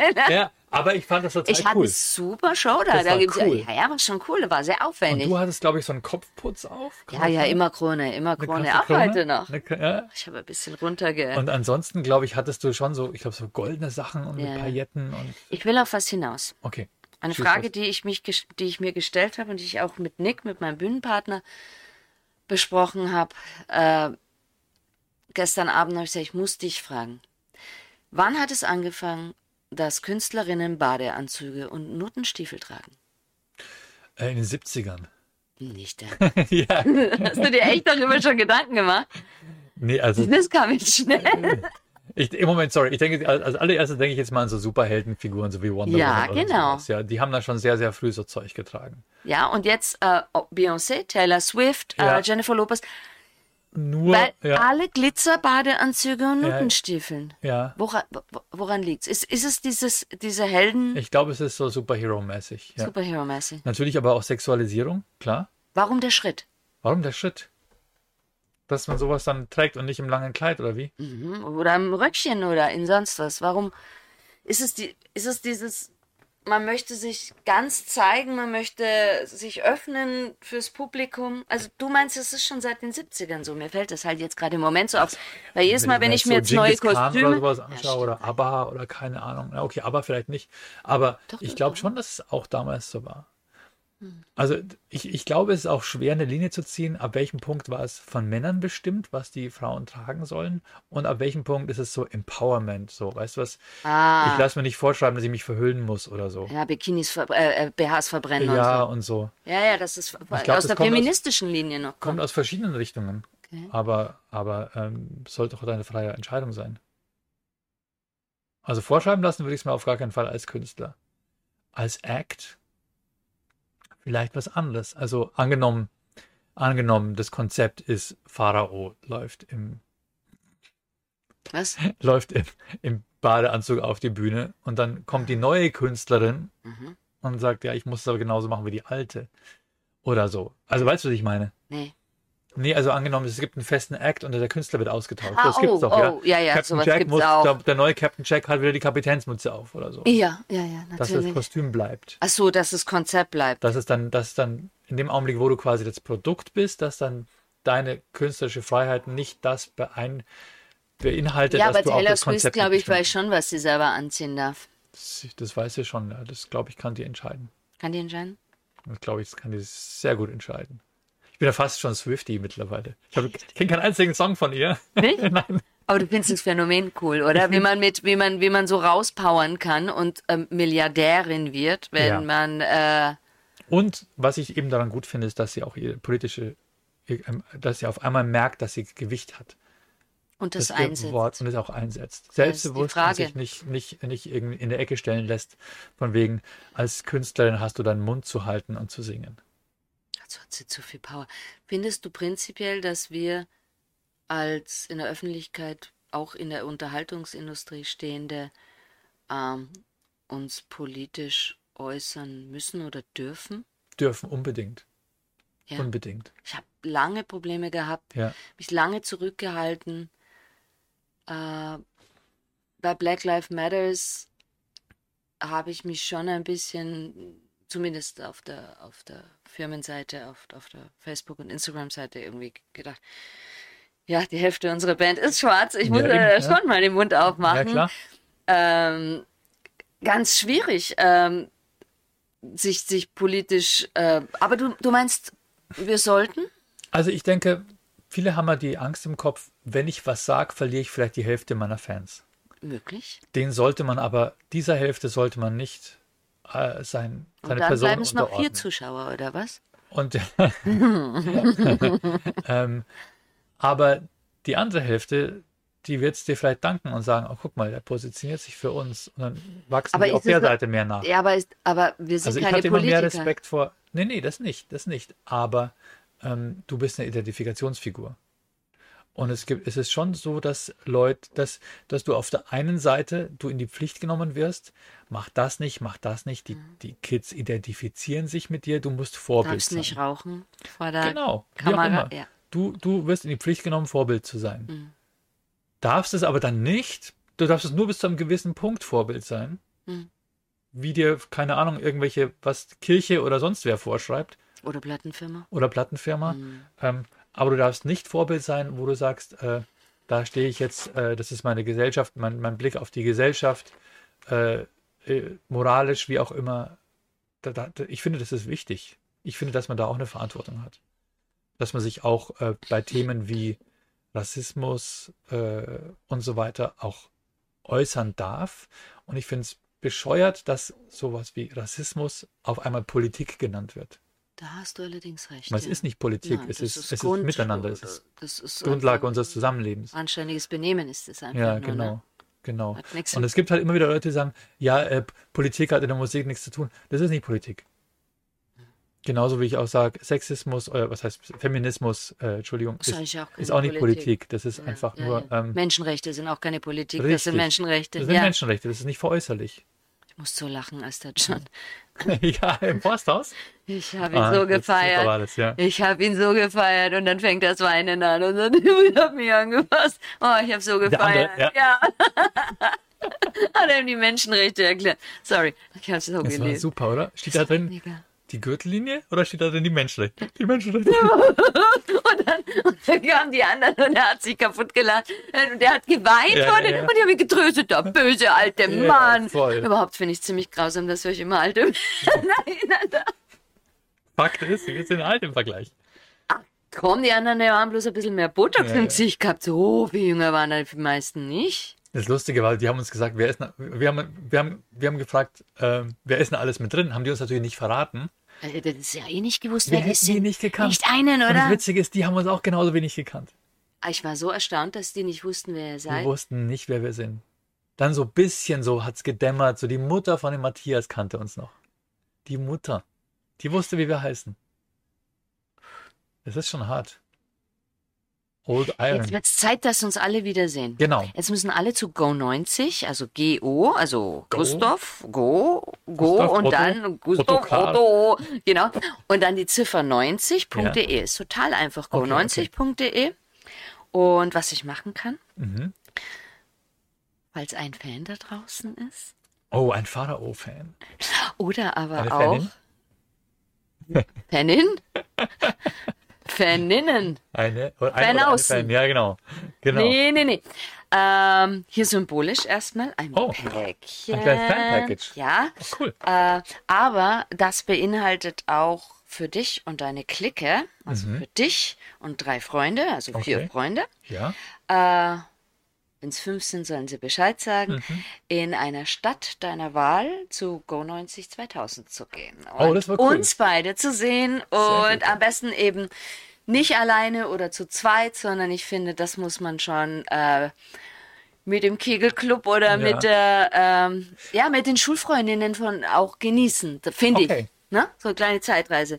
raus. Ja, aber ich fand das total
Ich hatte
cool.
super Show da.
Das
da
war
gibt's,
cool.
Ja, ja, war schon cool. War sehr
Und
aufwendig.
du hattest, glaube ich, so einen Kopfputz auf. Kann
Ja,
das
ja,
sein?
immer Krone, immer
Eine
Krone.
krasse
Auch heute noch.
Eine K- ja.
Ich habe ein bisschen runterge...
Und ansonsten, glaube ich, hattest du schon so, ich glaube, so goldene Sachen und
Ja.
mit Pailletten und
Ich will auf was hinaus.
okay.
Eine
Schieß
Frage,
los.
die ich, mich, ges- die ich mir gestellt habe und die ich auch mit Nick, mit meinem Bühnenpartner, besprochen habe. Äh, gestern Abend habe ich gesagt, ich muss dich fragen. Wann hat es angefangen, dass Künstlerinnen Badeanzüge und Notenstiefel tragen?
Äh, in den 70ern.
Nicht der.
ja.
Hast du dir echt darüber schon Gedanken gemacht?
Nee, also
Das kam jetzt schnell.
ich, im Moment, sorry, ich denke, als allererstes denke ich jetzt mal an so Superheldenfiguren, so wie Wonder
Ja,
Woman. oder
genau.
sowas, ja, die haben da schon sehr, sehr früh so Zeug getragen.
Ja, und jetzt äh, Beyoncé, Taylor Swift,
Ja.
äh, Jennifer Lopez,
Nur,
weil ah
ja,
alle Glitzerbadeanzüge und
Ja.
Nuttenstiefeln.
ja.
Woran, wo- woran liegt's? Ist, ist es dieses, diese Helden
Ich glaube, es ist so Superhero-mäßig. Ja.
Superhero-mäßig?
Natürlich aber auch Sexualisierung, klar.
Warum der Schritt?
Warum der Schritt? Dass man sowas dann trägt und nicht im langen Kleid, oder wie?
Mhm. Oder im Röckchen oder in sonst was? Warum ist es die, ist es dieses, man möchte sich ganz zeigen, man möchte sich öffnen fürs Publikum? Also du meinst, es ist schon seit den 70ern so. Mir fällt das halt jetzt gerade im Moment so auf. Weil jedes Mal, wenn ich mir jetzt
so
neue
Genghis Khan
Kostüme.
oder sowas
Ja,
anschaue
stimmt.
oder ABBA oder keine Ahnung. Na, okay, ABBA vielleicht nicht. Aber ich glaube schon, dass es auch damals so war.
Hm.
Also ich, ich glaube, es ist auch schwer, eine Linie zu ziehen, ab welchem Punkt war es von Männern bestimmt, was die Frauen tragen sollen und ab welchem Punkt ist es so Empowerment, so, weißt du was?
Ah.
Ich lasse mir nicht vorschreiben, dass ich mich verhüllen muss oder so.
Ja, Bikinis, ver äh, äh, BHs verbrennen
Ja,
und
und so.
so. Ja, ja, das ist
Ich glaub,
aus
das
der
kommt aus-
feministischen Linie noch.
Kommt aus verschiedenen Richtungen.
Okay.
Aber, aber ähm, sollte doch deine freie Entscheidung sein. Also vorschreiben lassen würde ich es mir auf gar keinen Fall als Künstler. Als Act vielleicht was anderes. Also angenommen, angenommen, das Konzept ist Pharao läuft im
Was?
läuft im, im Badeanzug auf die Bühne und dann kommt die neue Künstlerin
Mhm.
und sagt, ja, ich muss es aber genauso machen wie die alte. Oder so. Also weißt du, was ich meine?
Nee.
Nee, also angenommen, es gibt einen festen Act und der Künstler wird ausgetauscht.
Ah,
das gibt's
oh,
doch,
oh,
ja.
ja, ja,
Captain
sowas
Jack
gibt's
muss,
auch.
Der, der neue Captain Jack hat wieder die Kapitänsmütze auf oder so.
Ja, ja, ja,
dass das
natürlich.
Kostüm bleibt.
Ach so, dass das Konzept bleibt.
Dass es dann, dass es dann in dem Augenblick, wo du quasi das Produkt bist, dass dann deine künstlerische Freiheit nicht das beein beinhaltet,
ja,
dass
aber
du auch
Taylor
das
Swift,
Konzept
glaube ich,
mitbestimmst.
weiß schon, was sie selber anziehen darf.
Das, das weiß sie schon. Ja. Das, glaube ich, kann die entscheiden.
Kann die entscheiden?
Das, glaube ich, das kann die sehr gut entscheiden. Ich bin ja fast schon Swifty mittlerweile. Ich, hab- ich kenne keinen einzigen Song von ihr.
Nicht?
Nein.
Aber du findest das Phänomen cool, oder? Wie man mit, wie man, wie man so rauspowern kann und ähm, Milliardärin wird, wenn
Ja.
man äh,
Und was ich eben daran gut finde, ist, dass sie auch ihre politische, ihr- ähm, dass sie auf einmal merkt, dass sie Gewicht hat.
und das,
dass ihr
einsetzt.
Wort und es auch einsetzt.
Das ist die
Selbstbewusst und sich
Frage.
nicht, nicht, nicht irgendwie in der Ecke stellen lässt, von wegen, als Künstlerin hast du deinen Mund zu halten und zu singen.
Dazu hat sie zu viel Power. Findest du prinzipiell, dass wir als in der Öffentlichkeit, auch in der Unterhaltungsindustrie stehende, ähm, uns politisch äußern müssen oder dürfen?
Dürfen unbedingt.
Ja.
Unbedingt.
Ich habe lange Probleme gehabt,
Ja.
mich lange zurückgehalten. Äh, bei Black Lives Matters habe ich mich schon ein bisschen, zumindest auf der, auf der Firmenseite, auf, auf der Facebook- und Instagram-Seite irgendwie gedacht, ja, die Hälfte unserer Band ist schwarz, ich
Ja,
muss
eben,
äh,
ja.
schon mal den Mund
Ja,
aufmachen.
klar.
Ähm, ganz schwierig, ähm, sich, sich politisch, äh, aber du, du meinst, wir sollten?
Also ich denke, viele haben ja die Angst im Kopf, wenn ich was sage, verliere ich vielleicht die Hälfte meiner Fans.
Möglich.
Den sollte man aber, dieser Hälfte sollte man nicht äh, sein,
Und
seine
dann
Person
bleiben es noch vier
unterordnen.
Zuschauer, oder was?
Und ähm, aber die andere Hälfte, die wird es dir vielleicht danken und sagen, oh guck mal, der positioniert sich für uns und dann wachsen
Aber
die auf
ist es
der
so-
Seite mehr nach.
Ja, aber, ist, aber wir sind
also ich
keine
hatte immer
Politiker.
mehr Respekt vor. Nee, nee, das nicht, das nicht. Aber ähm, du bist eine Identifikationsfigur. Und es gibt, es ist schon so, dass Leute, dass, dass du auf der einen Seite du in die Pflicht genommen wirst, mach das nicht, mach das nicht. Die, die Kids identifizieren sich mit dir, du musst Vorbild
Mhm. Darfst
sein.
nicht rauchen vor der
Genau.
Kamera, Mhm.
wie auch immer.
ja. hm.
Du, du wirst in die Pflicht genommen, Vorbild zu sein. Darfst es aber dann nicht. Du darfst es nur bis zu einem gewissen Punkt Vorbild sein.
Mhm.
Wie dir, keine Ahnung, irgendwelche, was Kirche oder sonst wer vorschreibt
oder Plattenfirma. Hm.
oder Plattenfirma. Ähm, aber du darfst nicht Vorbild sein, wo du sagst, äh, da stehe ich jetzt, äh, das ist meine Gesellschaft, mein, mein Blick auf die Gesellschaft, äh, äh, moralisch, wie auch immer. Da, da, da- ich finde, das ist wichtig. Ich finde, dass man da auch eine Verantwortung hat. Dass man sich auch äh, bei Themen wie Rassismus äh, und so weiter auch äußern darf. Und ich finde es bescheuert, dass sowas wie Rassismus auf einmal Politik genannt wird.
Da hast du allerdings recht.
Weil es ist nicht Politik,
Nein,
es ist,
das
es ist
Grund-
Miteinander, es ist
das ist
Grundlage
einfach-
unseres
Ah,
Zusammenlebens.
Anständiges Benehmen ist es einfach.
Ja,
nur,
genau.
Ne?
Genau.
Hat nix
Und
mit-
es gibt halt immer wieder Leute, die sagen, ja, äh, Politik hat in der Musik nichts zu tun. Das ist nicht Politik. Genauso wie ich auch sage, Sexismus, äh, was heißt Feminismus, äh, Entschuldigung,
Ist
ist,
eigentlich auch keine
ist auch nicht Politik.
Politik.
Das ist
Ja,
einfach
ja,
nur
ja.
ähm,
Menschenrechte sind auch keine Politik, das
richtig.
sind Menschenrechte.
Das sind
ja.
Menschenrechte, das ist nicht veräußerlich.
Ich muss so lachen, als der John.
ja, im Forsthaus.
Ah. Ich habe ihn
Ah,
so
das- das war
gefeiert.
alles, ja.
Ich habe ihn so gefeiert und dann fängt das Weinen an und dann ich hab mich angepasst. Oh, ich habe so gefeiert.
andere,
ja. Hat ihm die Menschenrechte erklärt. Sorry, ich habe so
Das war
geliebt.
super, oder? Steht da drin
Mega.
die Gürtellinie oder steht da drin die Menschenrechte? Die Menschenrechte.
Und dann, und dann kamen die anderen und er hat sich kaputt gelacht. Und er hat geweint
Ja,
und,
ja, ja.
und ich habe ihn getröstet. Der böse alte
Ja,
Mann.
voll.
Überhaupt finde ich ziemlich grausam, dass wir euch immer alte Männer erinnern.
Fakt ist, wir sind alt im Vergleich.
Komm, die anderen die haben bloß ein bisschen mehr Botox
Ja,
im
ja.
Gesicht gehabt. So viel jünger waren die meisten nicht.
Das Lustige war, die haben uns gesagt, wer ist denn, wir haben, wir haben, wir haben gefragt, ähm, wer ist denn alles mit drin? Haben die uns natürlich nicht verraten.
Äh, Das ist ja eh nicht gewusst,
Wir
wer das
hätten die
sind.
nicht gekannt.
Nicht einen,
Und das
oder? Ah,
Witzige ist, die haben uns auch genauso wenig gekannt.
Ich war so erstaunt, dass die nicht wussten, wer ihr
Die
seid.
wussten nicht, wer wir sind. Dann so ein bisschen so hat's gedämmert, so die Mutter von dem Matthias kannte uns noch. Die Mutter. Die wusste, wie wir heißen. Das ist schon hart. Old
Jetzt
Iron.
wird es Zeit, dass uns alle wiedersehen.
Genau.
Jetzt müssen alle zu Go90, also G-O, also
Go.
Gustav, Go, Go
Gustav,
und
Otto,
dann Gustav,
Otto Karl.
Otto, genau. Und dann die Ziffer 90.de. E. Ist total einfach,
Okay,
go90.de. E. Und was ich machen kann,
Mhm.
falls ein Fan da draußen ist,
Oh, ein Pharao-Fan.
oder aber
Eine
auch
Fanin?
Fanin? Faninnen.
Eine, oder
Fan
ein, oder eine
außen.
Fan. Ja, genau. Genau.
Nee, nee, nee. Ähm, hier symbolisch erstmal ein
Oh,
Päckchen.
ein kleines Fan-Package.
Ja.
Oh, cool.
Äh, aber das beinhaltet auch für dich und deine Clique, also für dich und drei Freunde, also vier
Mhm. Okay.
Freunde,
Ja.
äh, Wenn's fünf sind, sollen sie Bescheid sagen,
Mhm.
in einer Stadt deiner Wahl zu Go 90 2000 zu gehen.
Oh,
Und
das war cool.
Uns beide zu sehen
Sehr
und am besten eben nicht alleine oder zu zweit, sondern ich finde, das muss man schon äh, mit dem Kegelclub oder mit der, ähm, ja, mit den Schulfreundinnen von auch genießen, da finde
Okay.
ich. Ne? So eine kleine Zeitreise.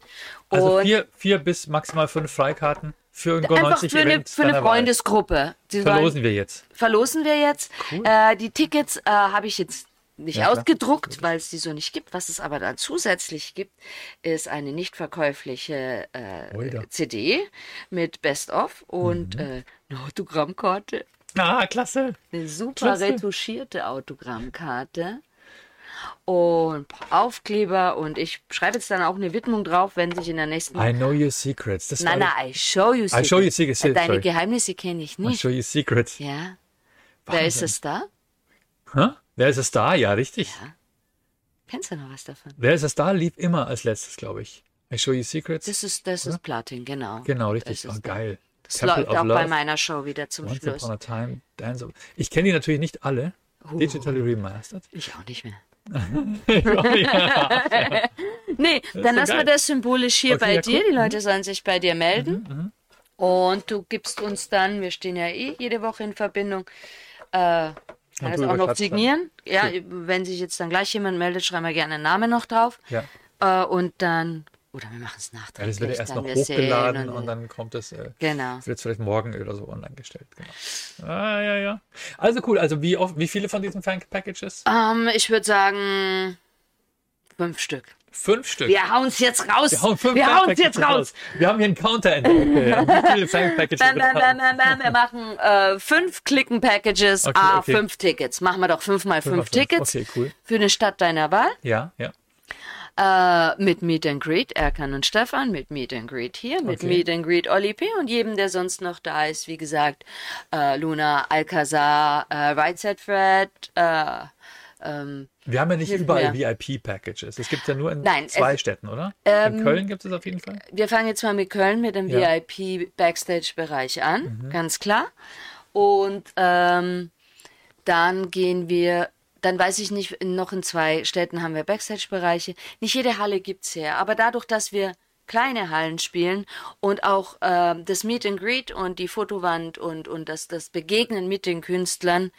Also
und
vier, vier bis maximal fünf Freikarten für ein Go
einfach
90
für eine,
Event
für eine
deiner Wahl.
Freundesgruppe. Die sollen-
Verlosen wir jetzt.
verlosen wir jetzt. Äh, die Tickets äh, habe ich jetzt nicht
Ja, klar.
ausgedruckt, weil es die so nicht gibt. Was es aber dann zusätzlich gibt, ist eine nicht verkäufliche
Oida.
äh, CD mit Best of
Mhm.
und äh, eine Autogrammkarte.
Ah, klasse.
Eine super
Klasse.
retuschierte Autogrammkarte. Und ein paar Aufkleber und ich schreibe jetzt dann auch eine Widmung drauf, wenn sich in der nächsten.
I know your secrets. Das
nein,
war-
nein, I show you
I show you secrets,
Deine
sorry.
Geheimnisse kenne ich
I
nicht.
show you secrets.
Ja. Wer ist es da?
Hä? Wer ist es da? Ja, richtig.
Kennst du noch was davon?
Wer ist es da? Lief immer als letztes, glaube ich. I show you secrets.
Das ist, das ist Platin, genau.
genau, richtig.
ist
Oh,
es.
geil.
Das
Temple
läuft
of
auch bei
Love,
meiner Show wieder zum
Once
Schluss. Uh.
upon a time, Dance of... Ich kenne die natürlich nicht alle. Digitally remastered.
Ich auch nicht mehr.
ja.
Nee, dann
so
lassen
geil.
wir das symbolisch hier
Okay,
bei
ja,
dir.
cool. Mhm,
Die Leute sollen sich bei dir melden. Und du gibst uns dann, wir stehen ja eh jede Woche in Verbindung, äh, kann das
drüber
auch noch
quatschen.
signieren. Ja, wenn sich jetzt dann gleich jemand meldet, schreiben wir gerne einen Namen noch drauf.
Ja.
Äh, und dann, oder wir machen es nachträglich.
Das wird ja erst
dann
noch
wir sehen
hochgeladen und dann kommt das... Äh,
Genau.
wird vielleicht morgen oder so online gestellt. Genau. Ah, ja, ja. Also cool. Also wie, oft, wie viele von diesen Fan-Packages?
Ähm, ich würde sagen, fünf Stück.
Fünf Stück.
Wir hauen's jetzt raus. Wir
hauen
hauen's,
fünf Fan-Packages
jetzt raus.
Wir haben hier einen Counter entdeckt. Ja. Wie viele Fan-Packages
Bam,
wir
bam, bam,
haben?
bam, bam. Wir machen äh, fünf Klicken-Packages,
Okay,
ah,
okay.
fünf Tickets. Machen wir doch fünf mal fünf,
mal fünf.
Tickets
Okay, cool.
für eine Stadt deiner Wahl
Ja, ja.
äh, mit Meet and Greet Erkan und Stefan, mit Meet and Greet hier, mit
Okay.
Meet and Greet Oli P. und jedem, der sonst noch da ist. Wie gesagt, äh, Luna, Alcazar, äh, Right Set Fred, äh, ähm,
Wir haben ja nicht
Hilf
überall VIP-Packages. Es gibt ja nur in
Nein,
zwei
es- Ähm,
Städten, oder? in Köln gibt es auf jeden Fall.
wir fangen jetzt mal mit Köln mit dem
Ja.
VIP-Backstage-Bereich an, ganz klar. Und ähm, dann gehen wir, dann weiß ich nicht, in- noch in zwei Städten haben wir Backstage-Bereiche. Nicht jede Halle gibt's her, aber dadurch, dass wir kleine Hallen spielen und auch ähm, das Meet and Greet und die Fotowand und, und das, das Begegnen mit den Künstlern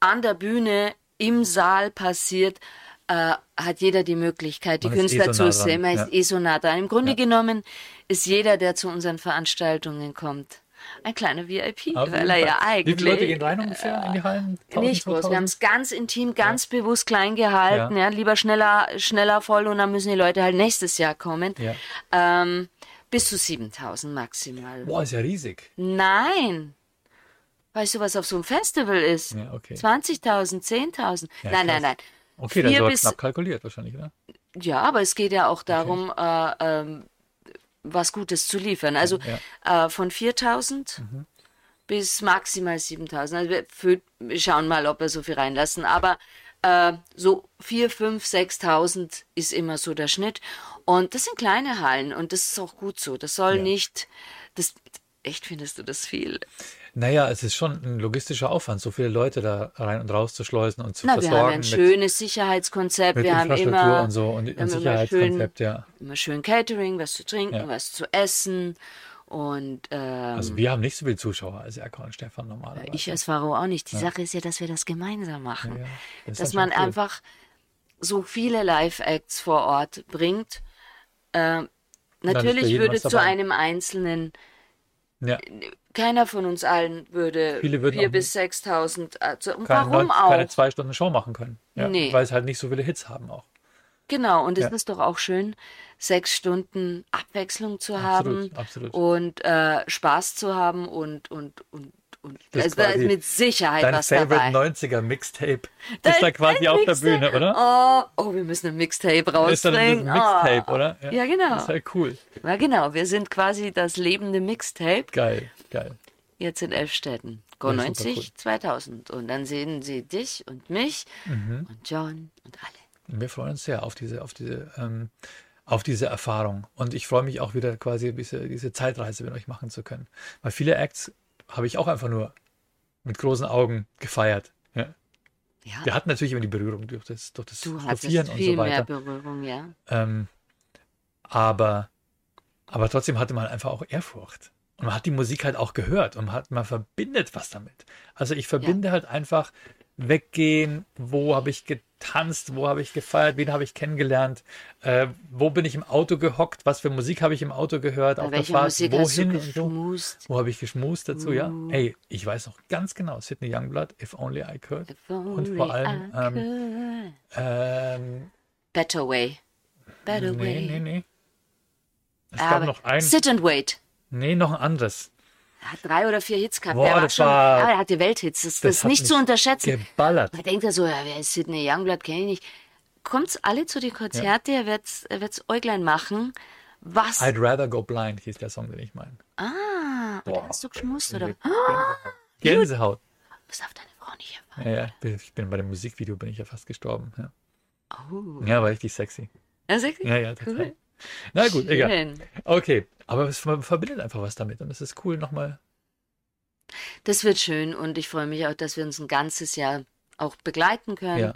an der Bühne im Saal passiert, äh, hat jeder die Möglichkeit, die
Man ist eh
Künstler
so nah
zu
dran,
sehen. Man
ja.
ist eh so nah dran. Im Grunde genommen ist jeder, der zu unseren Veranstaltungen kommt, ein kleiner VIP,
Ah, Auf jeden
weil er ja
Fall.
eigentlich
Wie
äh,
viele Leute gehen rein ungefähr in die Hallen? 1000,
nicht groß.
2000?
Wir haben es ganz intim, ganz bewusst klein gehalten.
Ja.
Ja. Lieber schneller, schneller voll und dann müssen die Leute halt nächstes Jahr kommen.
Ja.
Ähm, bis zu 7000 maximal.
Boah, ist ja riesig.
Nein. Weißt du, was auf so einem Festival ist?
Ja, okay.
20.000, 10.000.
Ja,
nein,
krass.
nein, nein.
Okay, dann
Vier
war
bis-
knapp kalkuliert wahrscheinlich, oder?
Ja, aber es geht ja auch darum, äh, ähm, was Gutes zu liefern. Also äh, von 4000
Mhm.
bis maximal 7000. Also wir, fü- wir schauen mal, ob wir so viel reinlassen. Aber äh, so 4, 5, 6000 ist immer so der Schnitt. Und das sind kleine Hallen und das ist auch gut so. Das soll nicht. Das, echt findest du das viel?
Naja, es ist schon ein logistischer Aufwand, so viele Leute da rein und raus zu schleusen und zu
Na, wir
versorgen.
haben ein
mit-
schönes Sicherheitskonzept.
mit
Wir haben
Infrastruktur
immer
und so und-
wir
und
haben immer
Sicherheitskonzept,
schön,
ja.
Immer schön Catering, was zu trinken, was zu essen und ähm,
Also wir haben nicht so viele Zuschauer als Erko und Stefan normalerweise.
ich als Pharao auch nicht. Die Sache ist ja, dass wir das gemeinsam machen,
Ja, das ist
dass
dann
man
schon cool.
einfach so viele Live-Acts vor Ort bringt. Ähm,
ist für
natürlich
jeden
würde
was
zu
dabei.
einem einzelnen
ja,
keiner von uns allen würde
Viele würden
vier
auch
bis 6.000. Also, und
keine,
warum
neun-
auch?
keine zwei Stunden Show machen können. Ja,
Nee.
Weil es halt nicht so viele Hits haben auch.
Genau, und es
Ja.
ist doch auch schön, sechs Stunden Abwechslung zu
Absolut,
haben
absolut.
und äh, Spaß zu haben und, und, und, und
Das
also
ist
da ist
quasi
mit Sicherheit
Dein
was
Favorite
dabei.
90er Mixtape ist da
Dein
quasi auf der
Mixtape.
Bühne, oder?
Oh, oh, wir müssen ein Mixtape
Ist dann ein
rausbringen.
Mixtape,
oh.
oder?
Ja, genau.
Ist halt cool.
Ja, genau, wir sind quasi das lebende Mixtape
Geil, geil.
jetzt in elf Städten. Go
Ja, super
90,
cool.
2000. Und dann sehen sie dich und mich
Mhm.
und John und alle.
Wir freuen uns sehr auf diese, auf diese, ähm, auf diese Erfahrung. Und ich freue mich auch wieder quasi diese, diese Zeitreise mit euch machen zu können. Weil viele Acts habe ich auch einfach nur mit großen Augen gefeiert. Ja.
Ja,
Wir hatten natürlich immer die Berührung durch das, durch das
du
Fotografieren
hattest
und
viel
so
mehr
weiter.
Berührung, ja.
Ähm, aber, aber trotzdem hatte man einfach auch Ehrfurcht. Und man hat die Musik halt auch gehört und man, hat, man verbindet was damit. Also ich verbinde halt einfach weggehen, wo habe ich getanzt, wo habe ich gefeiert, wen habe ich kennengelernt, äh, wo bin ich im Auto gehockt, was für Musik habe ich im Auto gehört,
Bei
auf der
welcher
Fahrt,
Musik hast du
wohin und so.
geschmust?
Wo habe ich geschmust dazu, ja?
Mm.
Ey, ich weiß noch ganz genau, Sidney Youngblood, If Only I Could.
If only
Und vor allem, äh?
I could.
Ähm,
Better Way. Better
nee,
Way. Ah,
nee, nee. Es gab
Aber
noch ein,
Sit and Wait.
nee, noch ein anderes.
Er hat drei oder vier Hits gehabt.
Boah,
der war
das
schon,
war-
ah, er hatte Welthits. Das, das ist
hat
nicht zu
mich
unterschätzen.
Geballert.
Da denkt er so, ja, wer ist Sidney Youngblood, kenne ich nicht. Kommt's alle zu den Konzerten, er wird's, er wird's Äuglein machen. Was?
I'd rather go blind, hieß der Song, den ich meine.
ah, und
Boah.
hast du geschmust, oder? Ah,
Gänsehaut.
Pass auf deine Frau nicht erfahren.
Ja, ja, ich bin bei dem Musikvideo bin ich ja fast gestorben. Ja,
Oh.
ja war richtig sexy.
Also,
Ja, ja, total.
Cool.
Na gut, egal.
schön.
Okay, aber es man verbindet einfach was damit und es ist cool nochmal.
Das wird schön und ich freue mich auch, dass wir uns ein ganzes Jahr auch begleiten können.
Ja.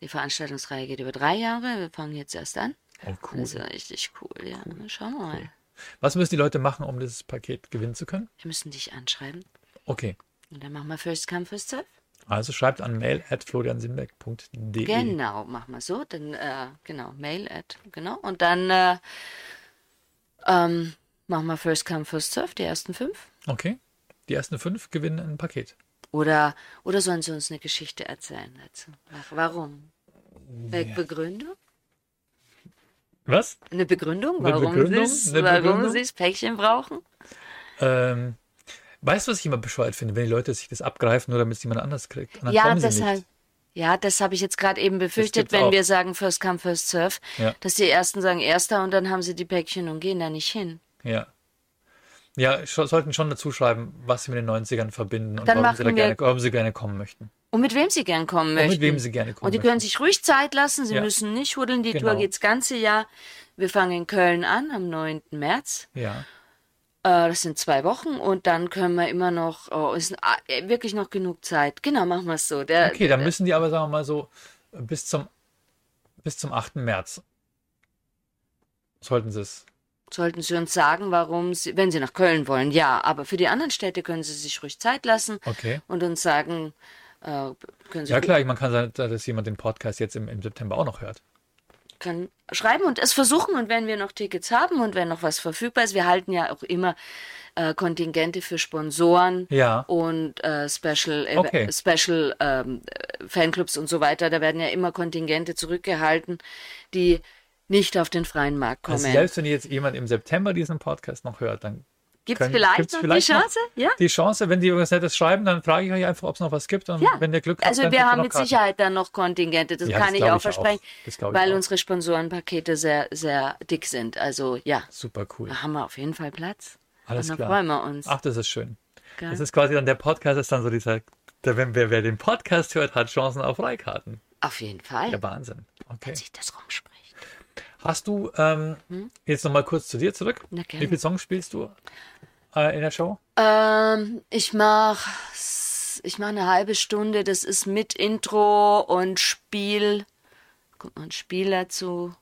Die Veranstaltungsreihe geht über drei Jahre. Wir fangen jetzt erst an.
Oh, cool.
Das ist ja richtig cool, ja. Schauen wir mal.
Was müssen die Leute machen, um dieses Paket gewinnen zu können?
Wir müssen dich anschreiben
Okay,
und dann machen wir First Come, First Serve.
also schreibt an mail at floriansimbeck.de.
Genau, machen wir so. Dann, äh, genau, Mail at, genau. Und dann äh, ähm, machen wir First Come, First Serve, die ersten fünf.
Okay, die ersten fünf gewinnen ein Paket.
Oder, oder sollen sie uns eine Geschichte erzählen dazu? Ach, warum? Welche Begründung?
Was?
Eine Begründung,
Eine
warum
Begründung?
sie
Eine Begründung?
das Päckchen brauchen?
Ähm, weißt du, was ich immer bescheuert finde, wenn die Leute sich das abgreifen, nur damit es jemand anders kriegt? Und dann
Ja,
kommen sie
das
nicht.
hab, ja, das habe ich jetzt gerade eben befürchtet,
gibt's
wenn
auch.
wir sagen First Come, First Serve,
Ja.
dass die Ersten sagen Erster und dann haben sie die Päckchen und gehen da nicht hin.
Ja. Ja, scho- sollten schon dazu schreiben, was sie mit den 90ern verbinden und
Dann
warum sie, da
machen wir-
gerne, warum sie gerne kommen möchten.
Und mit wem sie gern kommen
Und
möchten.
mit wem sie gerne kommen
Und die
möchten.
können sich ruhig Zeit lassen, sie
Ja.
müssen nicht huddeln, die
Genau.
Tour geht's ganze Jahr. Wir fangen in Köln an am 9. März.
Ja.
Äh, das sind zwei Wochen und dann können wir immer noch, oh, ist äh, wirklich noch genug Zeit. Genau, machen wir es so. Der,
Okay, dann müssen die aber, sagen wir mal so, bis zum, bis zum 8. März sollten sie es.
Sollten Sie uns sagen, warum Sie, wenn Sie nach Köln wollen, ja, aber für die anderen Städte können Sie sich ruhig Zeit lassen
Okay.
und uns sagen, äh, können Sie
Ja klar, ich- man kann sagen, dass jemand den Podcast jetzt im, im September auch noch hört.
Kann schreiben und es versuchen und wenn wir noch Tickets haben und wenn noch was verfügbar ist, wir halten ja auch immer äh, Kontingente für Sponsoren
Ja.
und äh, Special, äh,
Okay.
Special ähm, äh, Fanclubs und so weiter, da werden ja immer Kontingente zurückgehalten, die nicht auf den freien Markt kommen.
Also selbst wenn jetzt jemand im September diesen Podcast noch hört, dann
Gibt's
können-
vielleicht
gibt's
noch die
vielleicht
Chance? Ja.
Die Chance, wenn die was Nettes schreiben, dann frage ich euch einfach, ob es noch was gibt. Und wenn ihr Glück habt,
also
dann
wir
kriegt ihr
haben
noch
mit
Karten.
Sicherheit dann noch Kontingente, das
Ja, das
kann ich
glaub
auch
ich auch.
versprechen,
Das glaub ich
weil
auch.
unsere Sponsorenpakete sehr, sehr dick sind. Also ja,
Super cool.
da haben wir auf jeden Fall Platz.
Alles
Und dann
klar. Ah.
freuen wir uns.
Ach, das ist schön.
Gell?
Das ist quasi dann der Podcast, ist dann so dieser, der, wenn, wer, wer den Podcast hört, hat Chancen auf Freikarten.
Auf jeden Fall,
Der Wahnsinn. Okay.
wenn sich das rumspricht.
Hast du, ähm, jetzt nochmal kurz zu dir zurück.
Hm? Na,
Wie
gerne.
viele Songs spielst du äh, in der Show?
Ähm, ich mache ich mach eine halbe Stunde, das ist mit Intro und Spiel. Kommt noch ein Spiel dazu.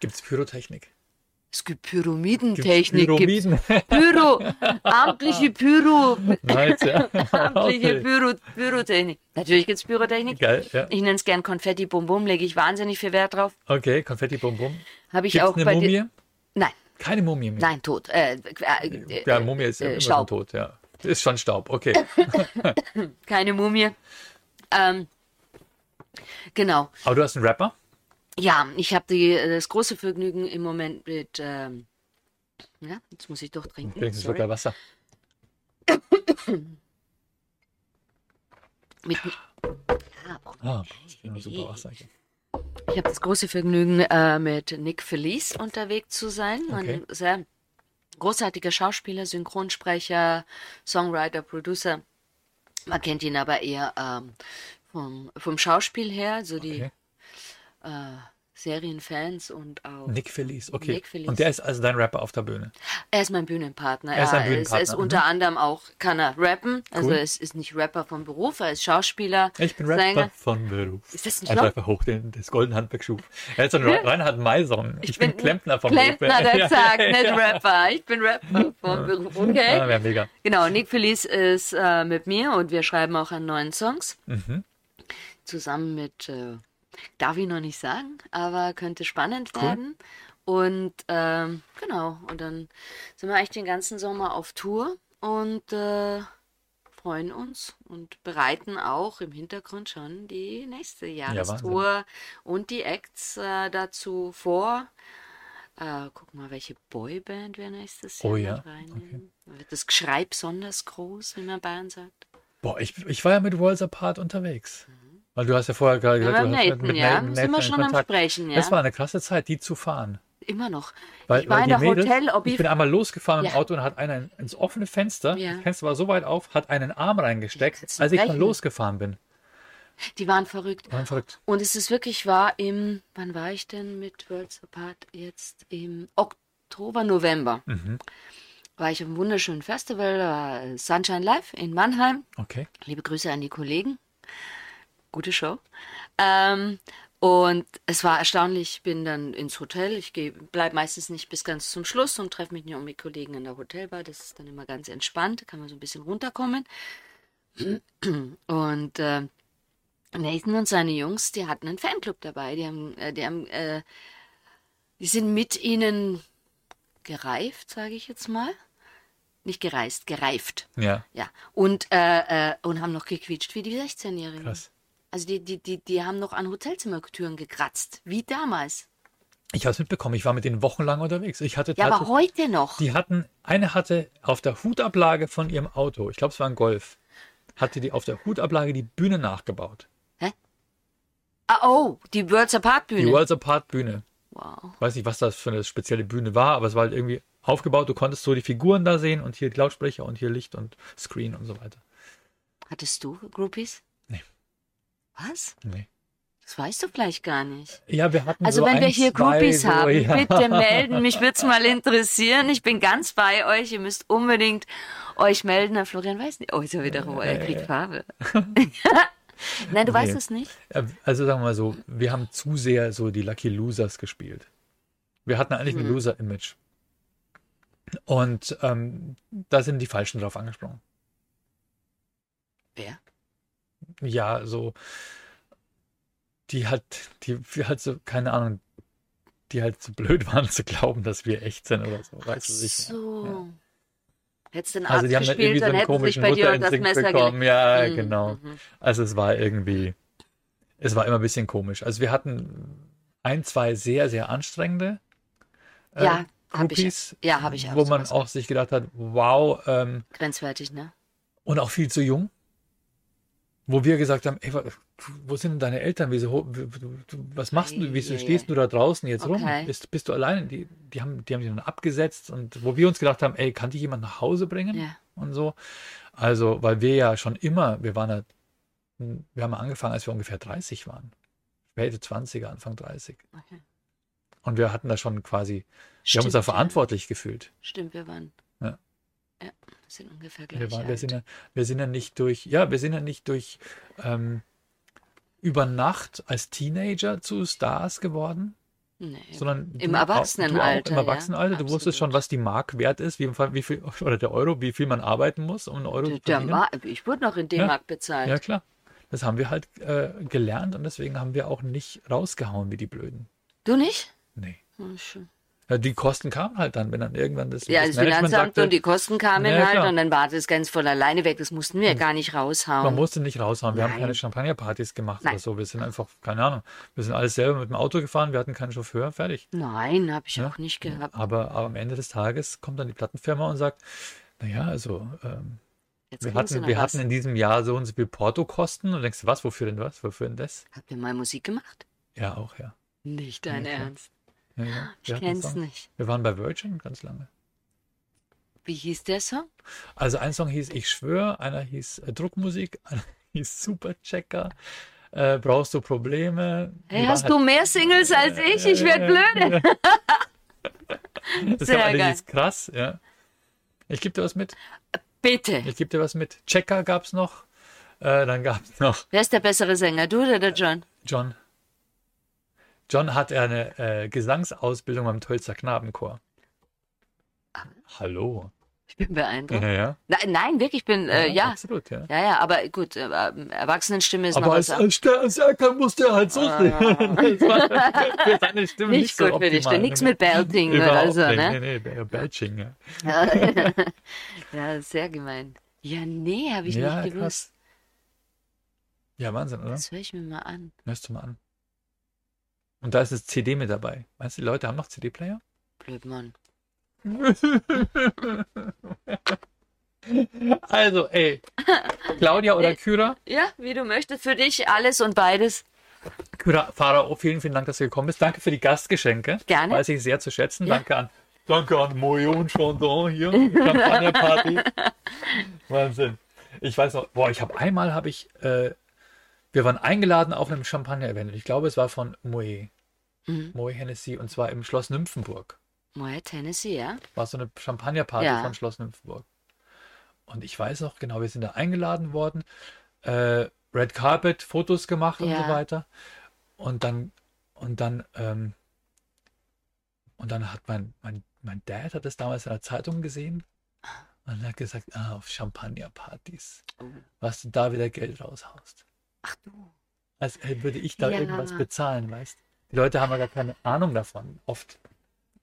Gibt es Pyrotechnik?
Es gibt Pyramidentechnik. Gibt's
Pyramiden?
Pyro, amtliche Pyro,
Nice, ja.
amtliche
okay.
Pyro, Pyrotechnik. Natürlich gibt's Pyrotechnik.
Geil, ja.
Ich nenne es gern Konfetti Bum Bum, lege ich wahnsinnig viel Wert drauf.
okay, Konfetti Bum Bum.
Habe ich
Gibt's
auch
eine
bei
Mumie?
dir. Nein,
Keine Mumie mehr.
nein, tot. Äh, äh, äh,
Ja, Mumie ist ja
äh,
immer
Staub.
schon tot, ja. Ist schon Staub, okay.
Keine Mumie. Ähm, genau.
Aber du hast einen Rapper?
Ja, ich habe die, äh, das große Vergnügen im Moment mit. Ähm, ja, jetzt muss ich doch trinken.
Wenigstens
sorry.
sogar Wasser.
Mit, ja, oh,
Ah, ja, super Wasser.
Ich habe das große Vergnügen, äh, mit Nick Felice unterwegs zu sein.
Okay.
Ein sehr großartiger Schauspieler, Synchronsprecher, Songwriter, Producer. Man kennt ihn aber eher ähm, vom, vom Schauspiel her, so die
Okay.
äh, Serienfans und auch.
Nick Phillies, okay.
Nick Phillies.
Und der ist also dein Rapper auf der Bühne.
Er ist mein Bühnenpartner.
Er ist ein
Er ist,
Bühnenpartner, mhm.
unter anderem auch, kann er rappen. Also
Cool.
er ist, ist nicht Rapper von Beruf, er ist Schauspieler.
Ich bin Rapper
Sänger.
von Beruf.
Ist das ein
Er hat
Job?
einfach hoch den, das goldene Handwerk schuf. Er ist ein Ra- Reinhard Maison. Ich, bin, Klempner von
Klempner,
Beruf.
der sagt, nicht Rapper. Ich bin Rapper von Beruf, okay?
Ja, Ah, wär mega.
Genau, Nick Felice ist äh, mit mir und wir schreiben auch an neuen Songs. Zusammen mit, äh, darf ich noch nicht sagen, aber könnte spannend werden. Und ähm, genau, und dann sind wir eigentlich den ganzen Sommer auf Tour und äh, freuen uns und bereiten auch im Hintergrund schon die nächste Jahrestour und die Acts äh, dazu vor. Äh, guck mal, welche Boyband wir nächstes Jahr
Oh ja,
mit reinnehmen. Dann Wird das Geschrei besonders groß, wie man in Bayern sagt?
Boah, ich, ich war ja mit Worlds Apart unterwegs. Weil du hast ja vorher gerade gesagt,
Mhm. Ja,
du hast
mit Nathan, ja. Sind wir
in
schon am
Kontakt.
Sprechen, ja.
Das war eine krasse Zeit, die zu fahren.
Immer noch.
Weil,
ich war
weil
in
die
der
Mädels,
Hotel-Obby.
Ich bin einmal losgefahren im
Ja.
Auto und hat einer in- ins offene Fenster,
Ja.
das Fenster war so weit auf, hat einen Arm reingesteckt,
kannst du
als ich dann
brechen.
losgefahren bin.
Die waren verrückt.
War verrückt.
Und es ist wirklich wahr, im, wann war ich denn mit Worlds Apart? Jetzt im Oktober, November.
Mhm.
War ich auf einem wunderschönen Festival, da war äh, Sunshine Live in Mannheim.
Okay.
Liebe Grüße an die Kollegen. Gute Show. Ähm, und es war erstaunlich, ich bin dann ins Hotel. Ich bleibe meistens nicht bis ganz zum Schluss und treffe mich nur mit Kollegen in der Hotelbar. Das ist dann immer ganz entspannt, kann man so ein bisschen runterkommen. Und äh, Nathan und seine Jungs, die hatten einen Fanclub dabei. Die haben, äh, die haben, äh, die sind mit ihnen gereift, sage ich jetzt mal. Nicht gereist, gereift.
Ja.
Ja, und, äh, äh, und haben noch gequietscht wie die 16-Jährigen.
Krass.
Also die, die, die, die haben noch an Hotelzimmertüren gekratzt, wie damals.
Ich habe es mitbekommen, ich war mit denen wochenlang unterwegs. Ich hatte
Ja, aber
tatsächlich-
heute noch.
die hatten, eine hatte auf der Hutablage von ihrem Auto, ich glaube es war ein Golf, hatte die auf der Hutablage die Bühne nachgebaut.
ah, oh, die Worlds Apart
Die
Bühne.
Worlds Apart Bühne.
Wow.
Weiß nicht, was das für eine spezielle Bühne war, aber es war halt irgendwie aufgebaut, du konntest so die Figuren da sehen und hier die Lautsprecher und hier Licht und Screen und so weiter.
Hattest du Groupies?
Nee.
Was?
Nee.
Das weißt du vielleicht gar nicht.
Ja, wir hatten
Also
so
wenn wir
ein,
hier
zwei,
Groupies
so,
haben,
ja.
bitte melden. Mich würde es mal interessieren. Ich bin ganz bei euch. Ihr müsst unbedingt euch melden. Herr Florian weiß nicht. Oh, ist er wieder ruhig. Er kriegt Farbe. Nein, du weißt
Nee.
es nicht.
Äh, Also sagen wir mal so, wir haben zu sehr so die Lucky Losers gespielt. Wir hatten eigentlich
Mhm.
ein Loser-Image. Und ähm, da sind die Falschen drauf angesprungen.
Wer?
Ja, so, die halt, die wir halt so, keine Ahnung, die halt so blöd waren zu glauben, dass wir echt sind oder so. Weißt du sicher.
So.
Ja.
Hättest du einen Arzt
Also die haben dann irgendwie
gespielt,
so
dann
einen
hätten sie sich
komischen
bei dir das
Mutterinstinkt
Messer
bekommen.
gelegt.
Ja,
Mhm,
genau.
mhm.
Also es war irgendwie, es war immer ein bisschen komisch. Also wir hatten ein, zwei sehr, sehr anstrengende äh,
Ja, hab ich-
Groupies,
ja, hab ich auch
wo man
sowas.
auch sich gedacht hat, wow, ähm,
Grenzwertig, ne?
und auch viel zu jung. Wo wir gesagt haben, ey, wa- wo sind denn deine Eltern? Wieso, ho- w- w- du- was machst du? Wieso
Ei, ei,
stehst
ei.
du da draußen jetzt
Okay.
rum? Bist, bist du alleine? Die, die haben die haben dich dann abgesetzt und wo wir uns gedacht haben, ey, kann dich jemand nach Hause bringen?
Ja.
und so. Also, weil wir ja schon immer, wir waren ja, wir haben angefangen, als wir ungefähr 30 waren. Späte 20er, Anfang 30.
Okay.
Und wir hatten da schon quasi, wir haben uns
Stimmt,
da
ja.
verantwortlich gefühlt.
Stimmt, wir waren.
Ja.
Ja, wir sind ungefähr gleich.
Wir, waren,
alt.
wir, sind ja, wir sind ja nicht durch, ja, wir sind ja nicht durch ähm, über Nacht als Teenager zu Stars geworden,
nee,
sondern
Im
du auch-
Erwachsenenalter,
Du auch, Im
ja,
Erwachsenenalter, du wusstest schon,
absolut.
was die Mark wert ist, wie, wie viel, oder der Euro, wie viel man arbeiten muss, um einen Euro
der,
zu verdienen.
der Mar- ich wurde noch in D-Mark bezahlt.
Ja, klar. Das haben wir halt äh, gelernt und deswegen haben wir auch nicht rausgehauen wie die Blöden.
Du nicht?
Nee.
Hm, schön.
Ja, Die Kosten kamen halt dann, wenn dann irgendwann das,
Ja, das
Management
Finanzamt
sagte,
und die Kosten kamen
Ja,
halt
klar.
und dann war das ganz von alleine weg. Das mussten wir gar nicht
man
raushauen.
musste nicht raushauen. Wir haben
Nein.
keine Champagnerpartys gemacht
Nein.
oder so. Wir sind einfach, keine Ahnung, wir sind alles selber mit dem Auto gefahren, wir hatten keinen Chauffeur, fertig.
Nein, habe ich auch nicht gehabt.
Aber, aber am Ende des Tages kommt dann die Plattenfirma und sagt, naja, also ähm,
Jetzt
wir,
kriegen sie
hatten,
noch
wir
was.
hatten in diesem Jahr so und so viel Portokosten und du denkst, was, wofür denn was, wofür denn das?
Habt ihr mal Musik gemacht?
Ja, auch, ja.
Nicht dein
klar.
Ernst.
ja, ja.
Ich
Wir hatten
kenn's
Songs.
nicht.
Wir waren bei Virgin ganz lange.
Wie hieß der Song?
Also ein Song hieß Ich schwöre, einer hieß äh, Druckmusik, einer hieß Superchecker, Äh, brauchst du Probleme?
Hey, hast du mehr Singles als
Äh,
ich? Ich werde blöde.
Das
Sehr
kann man- das
geil.
ist krass, ja. Ich gebe dir was mit.
Bitte.
Ich gebe dir was mit. Checker gab es noch. Äh, dann gab es noch
Wer ist der bessere Sänger, du oder der John?
John. John hat eine äh, Gesangsausbildung am Tölzer Knabenchor.
Ah.
Hallo.
Ich bin beeindruckt.
Ja, ja.
Nein, nein, wirklich, ich bin, äh, ja.
Absolut, ja.
Ja, ja, aber gut, äh, Erwachsenenstimme ist noch
Aber als,
was anderes.
als, Ster- als Erker musste er halt so singen. Das war für seine Stimme
Nicht,
nicht,
gut
so
für dich,
optimal. ne?
nichts mit Belting oder
Überhaupt
so,
nicht.
ne?
Nee, nee, Belching, ja.
Ja, sehr gemein. Ja, nee, habe ich
Ja,
nicht gewusst.
krass. ne? Ja, Wahnsinn, oder?
Das höre ich mir mal an.
Hörst du mal an. Und da ist das CD mit dabei. Weißt du, die Leute haben noch CD-Player?
Blödmann.
Also, ey. Claudia
Äh,
oder Kyra?
Ja, wie du möchtest, für dich alles und beides.
Kyra, Pharao, vielen, vielen Dank, dass du gekommen bist. Danke für die Gastgeschenke.
Gerne.
Weiß ich sehr zu schätzen.
Ja.
Danke an. Danke an Mojo und Chandon hier. Champagnerparty. Wahnsinn. Ich weiß noch, boah, ich habe einmal habe ich, äh, wir waren eingeladen auf einem Champagner-Event. Und Ich glaube, es war von Moe.
Mhm.
Moe Hennessy und zwar im Schloss Nymphenburg.
Moe Tennessee, ja?
war so eine Champagnerparty
Ja.
von Schloss Nymphenburg. Und ich weiß noch genau, wir sind da eingeladen worden, äh, Red Carpet, Fotos gemacht und
Ja.
so weiter. Und dann, und dann, ähm, und dann hat mein, mein, mein Dad hat das damals in der Zeitung gesehen und hat gesagt, ah, auf Champagnerpartys,
Oh.
was du da wieder Geld raushaust.
Ach du.
Als äh, würde ich da
Ja.
irgendwas bezahlen, weißt Die Leute haben ja gar keine Ahnung davon, oft,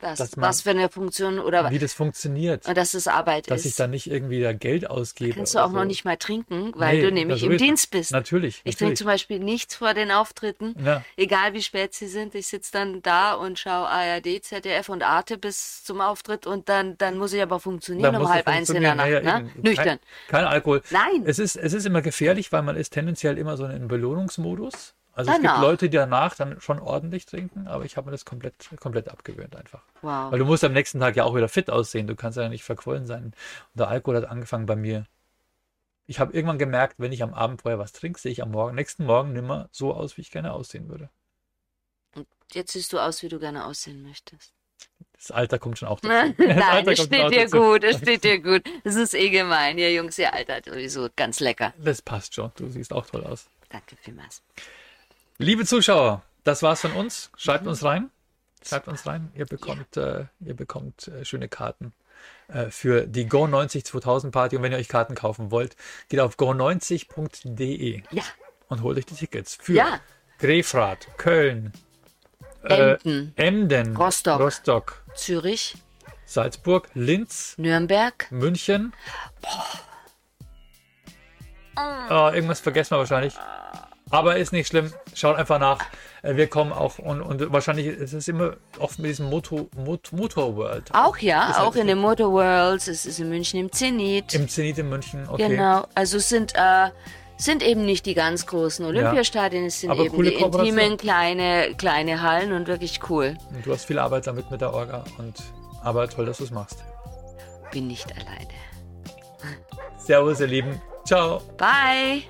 Das,
Dass man-
was für eine Funktion oder
wie das funktioniert.
und dass es Arbeit
dass ich
ist.
da nicht irgendwie da Geld ausgebe.
Kannst du auch
oder
noch
so.
nicht mal trinken, weil
Nee,
du nämlich
also
im
ist-
Dienst bist.
Natürlich.
Ich trinke
natürlich.
zum Beispiel nichts vor den Auftritten,
Ja.
egal wie spät sie sind. Ich sitze dann da und schaue ARD, ZDF und Arte bis zum Auftritt und dann, dann muss ich aber funktionieren
Dann
um
musst du
halb eins in der
funktionieren.
Nacht.
Ja, ja,
ne?
eben.
Nüchtern. Hm.
Kein, kein Alkohol.
Nein.
Es ist, es ist immer gefährlich, weil man ist tendenziell immer so in einem Belohnungsmodus. Also es
Danach.
gibt Leute, die danach dann schon ordentlich trinken, aber ich habe mir das komplett, komplett abgewöhnt einfach.
Wow.
Weil du musst am nächsten Tag ja auch wieder fit aussehen. Du kannst ja nicht verquollen sein. Und der Alkohol hat angefangen bei mir. Ich habe irgendwann gemerkt, wenn ich am Abend vorher was trinke, sehe ich am Morgen, nächsten Morgen nimmer so aus, wie ich gerne aussehen würde.
Jetzt siehst du aus, wie du gerne aussehen möchtest.
Das Alter kommt schon auch dazu.
Nein,
Das Alter kommt
es
schon auch
steht dir
dazu.
gut, es steht dir gut. Es ist eh gemein. Ihr Jungs, ihr altert sowieso ganz lecker.
Das passt schon. Du siehst auch toll aus.
Danke vielmals.
Liebe Zuschauer, das war's von uns. Schreibt uns rein. Schreibt uns rein. Ihr bekommt, äh, ihr bekommt äh, schöne Karten äh, für die Go 90 2000 Party. Und wenn ihr euch Karten kaufen wollt, geht auf go90.de
Ja,
und holt euch die Tickets für
Ja.
Grefrath, Köln,
Emden.
äh, Emden
Rostock.
Rostock,
Zürich,
Salzburg, Linz,
Nürnberg.
München. Ah, irgendwas vergessen wir wahrscheinlich. Aber ist nicht schlimm. Schaut einfach nach. Äh, Wir kommen auch und, und wahrscheinlich ist es immer oft mit diesem Moto, Mot, Motor World.
Auch ja,
Ist
auch in
halt-
den Motor Worlds. Es ist in München im Zenit.
Im Zenit in München. Okay.
Genau, also es sind, äh, sind eben nicht die ganz großen Olympiastadien, es sind
Aber
eben
coole
die
Kooperation.
intimen kleine, kleine Hallen und wirklich cool.
Und du hast viel Arbeit damit mit der Orga. Und, aber toll, dass du es machst.
Bin nicht alleine.
Servus, ihr Lieben. Ciao.
Bye!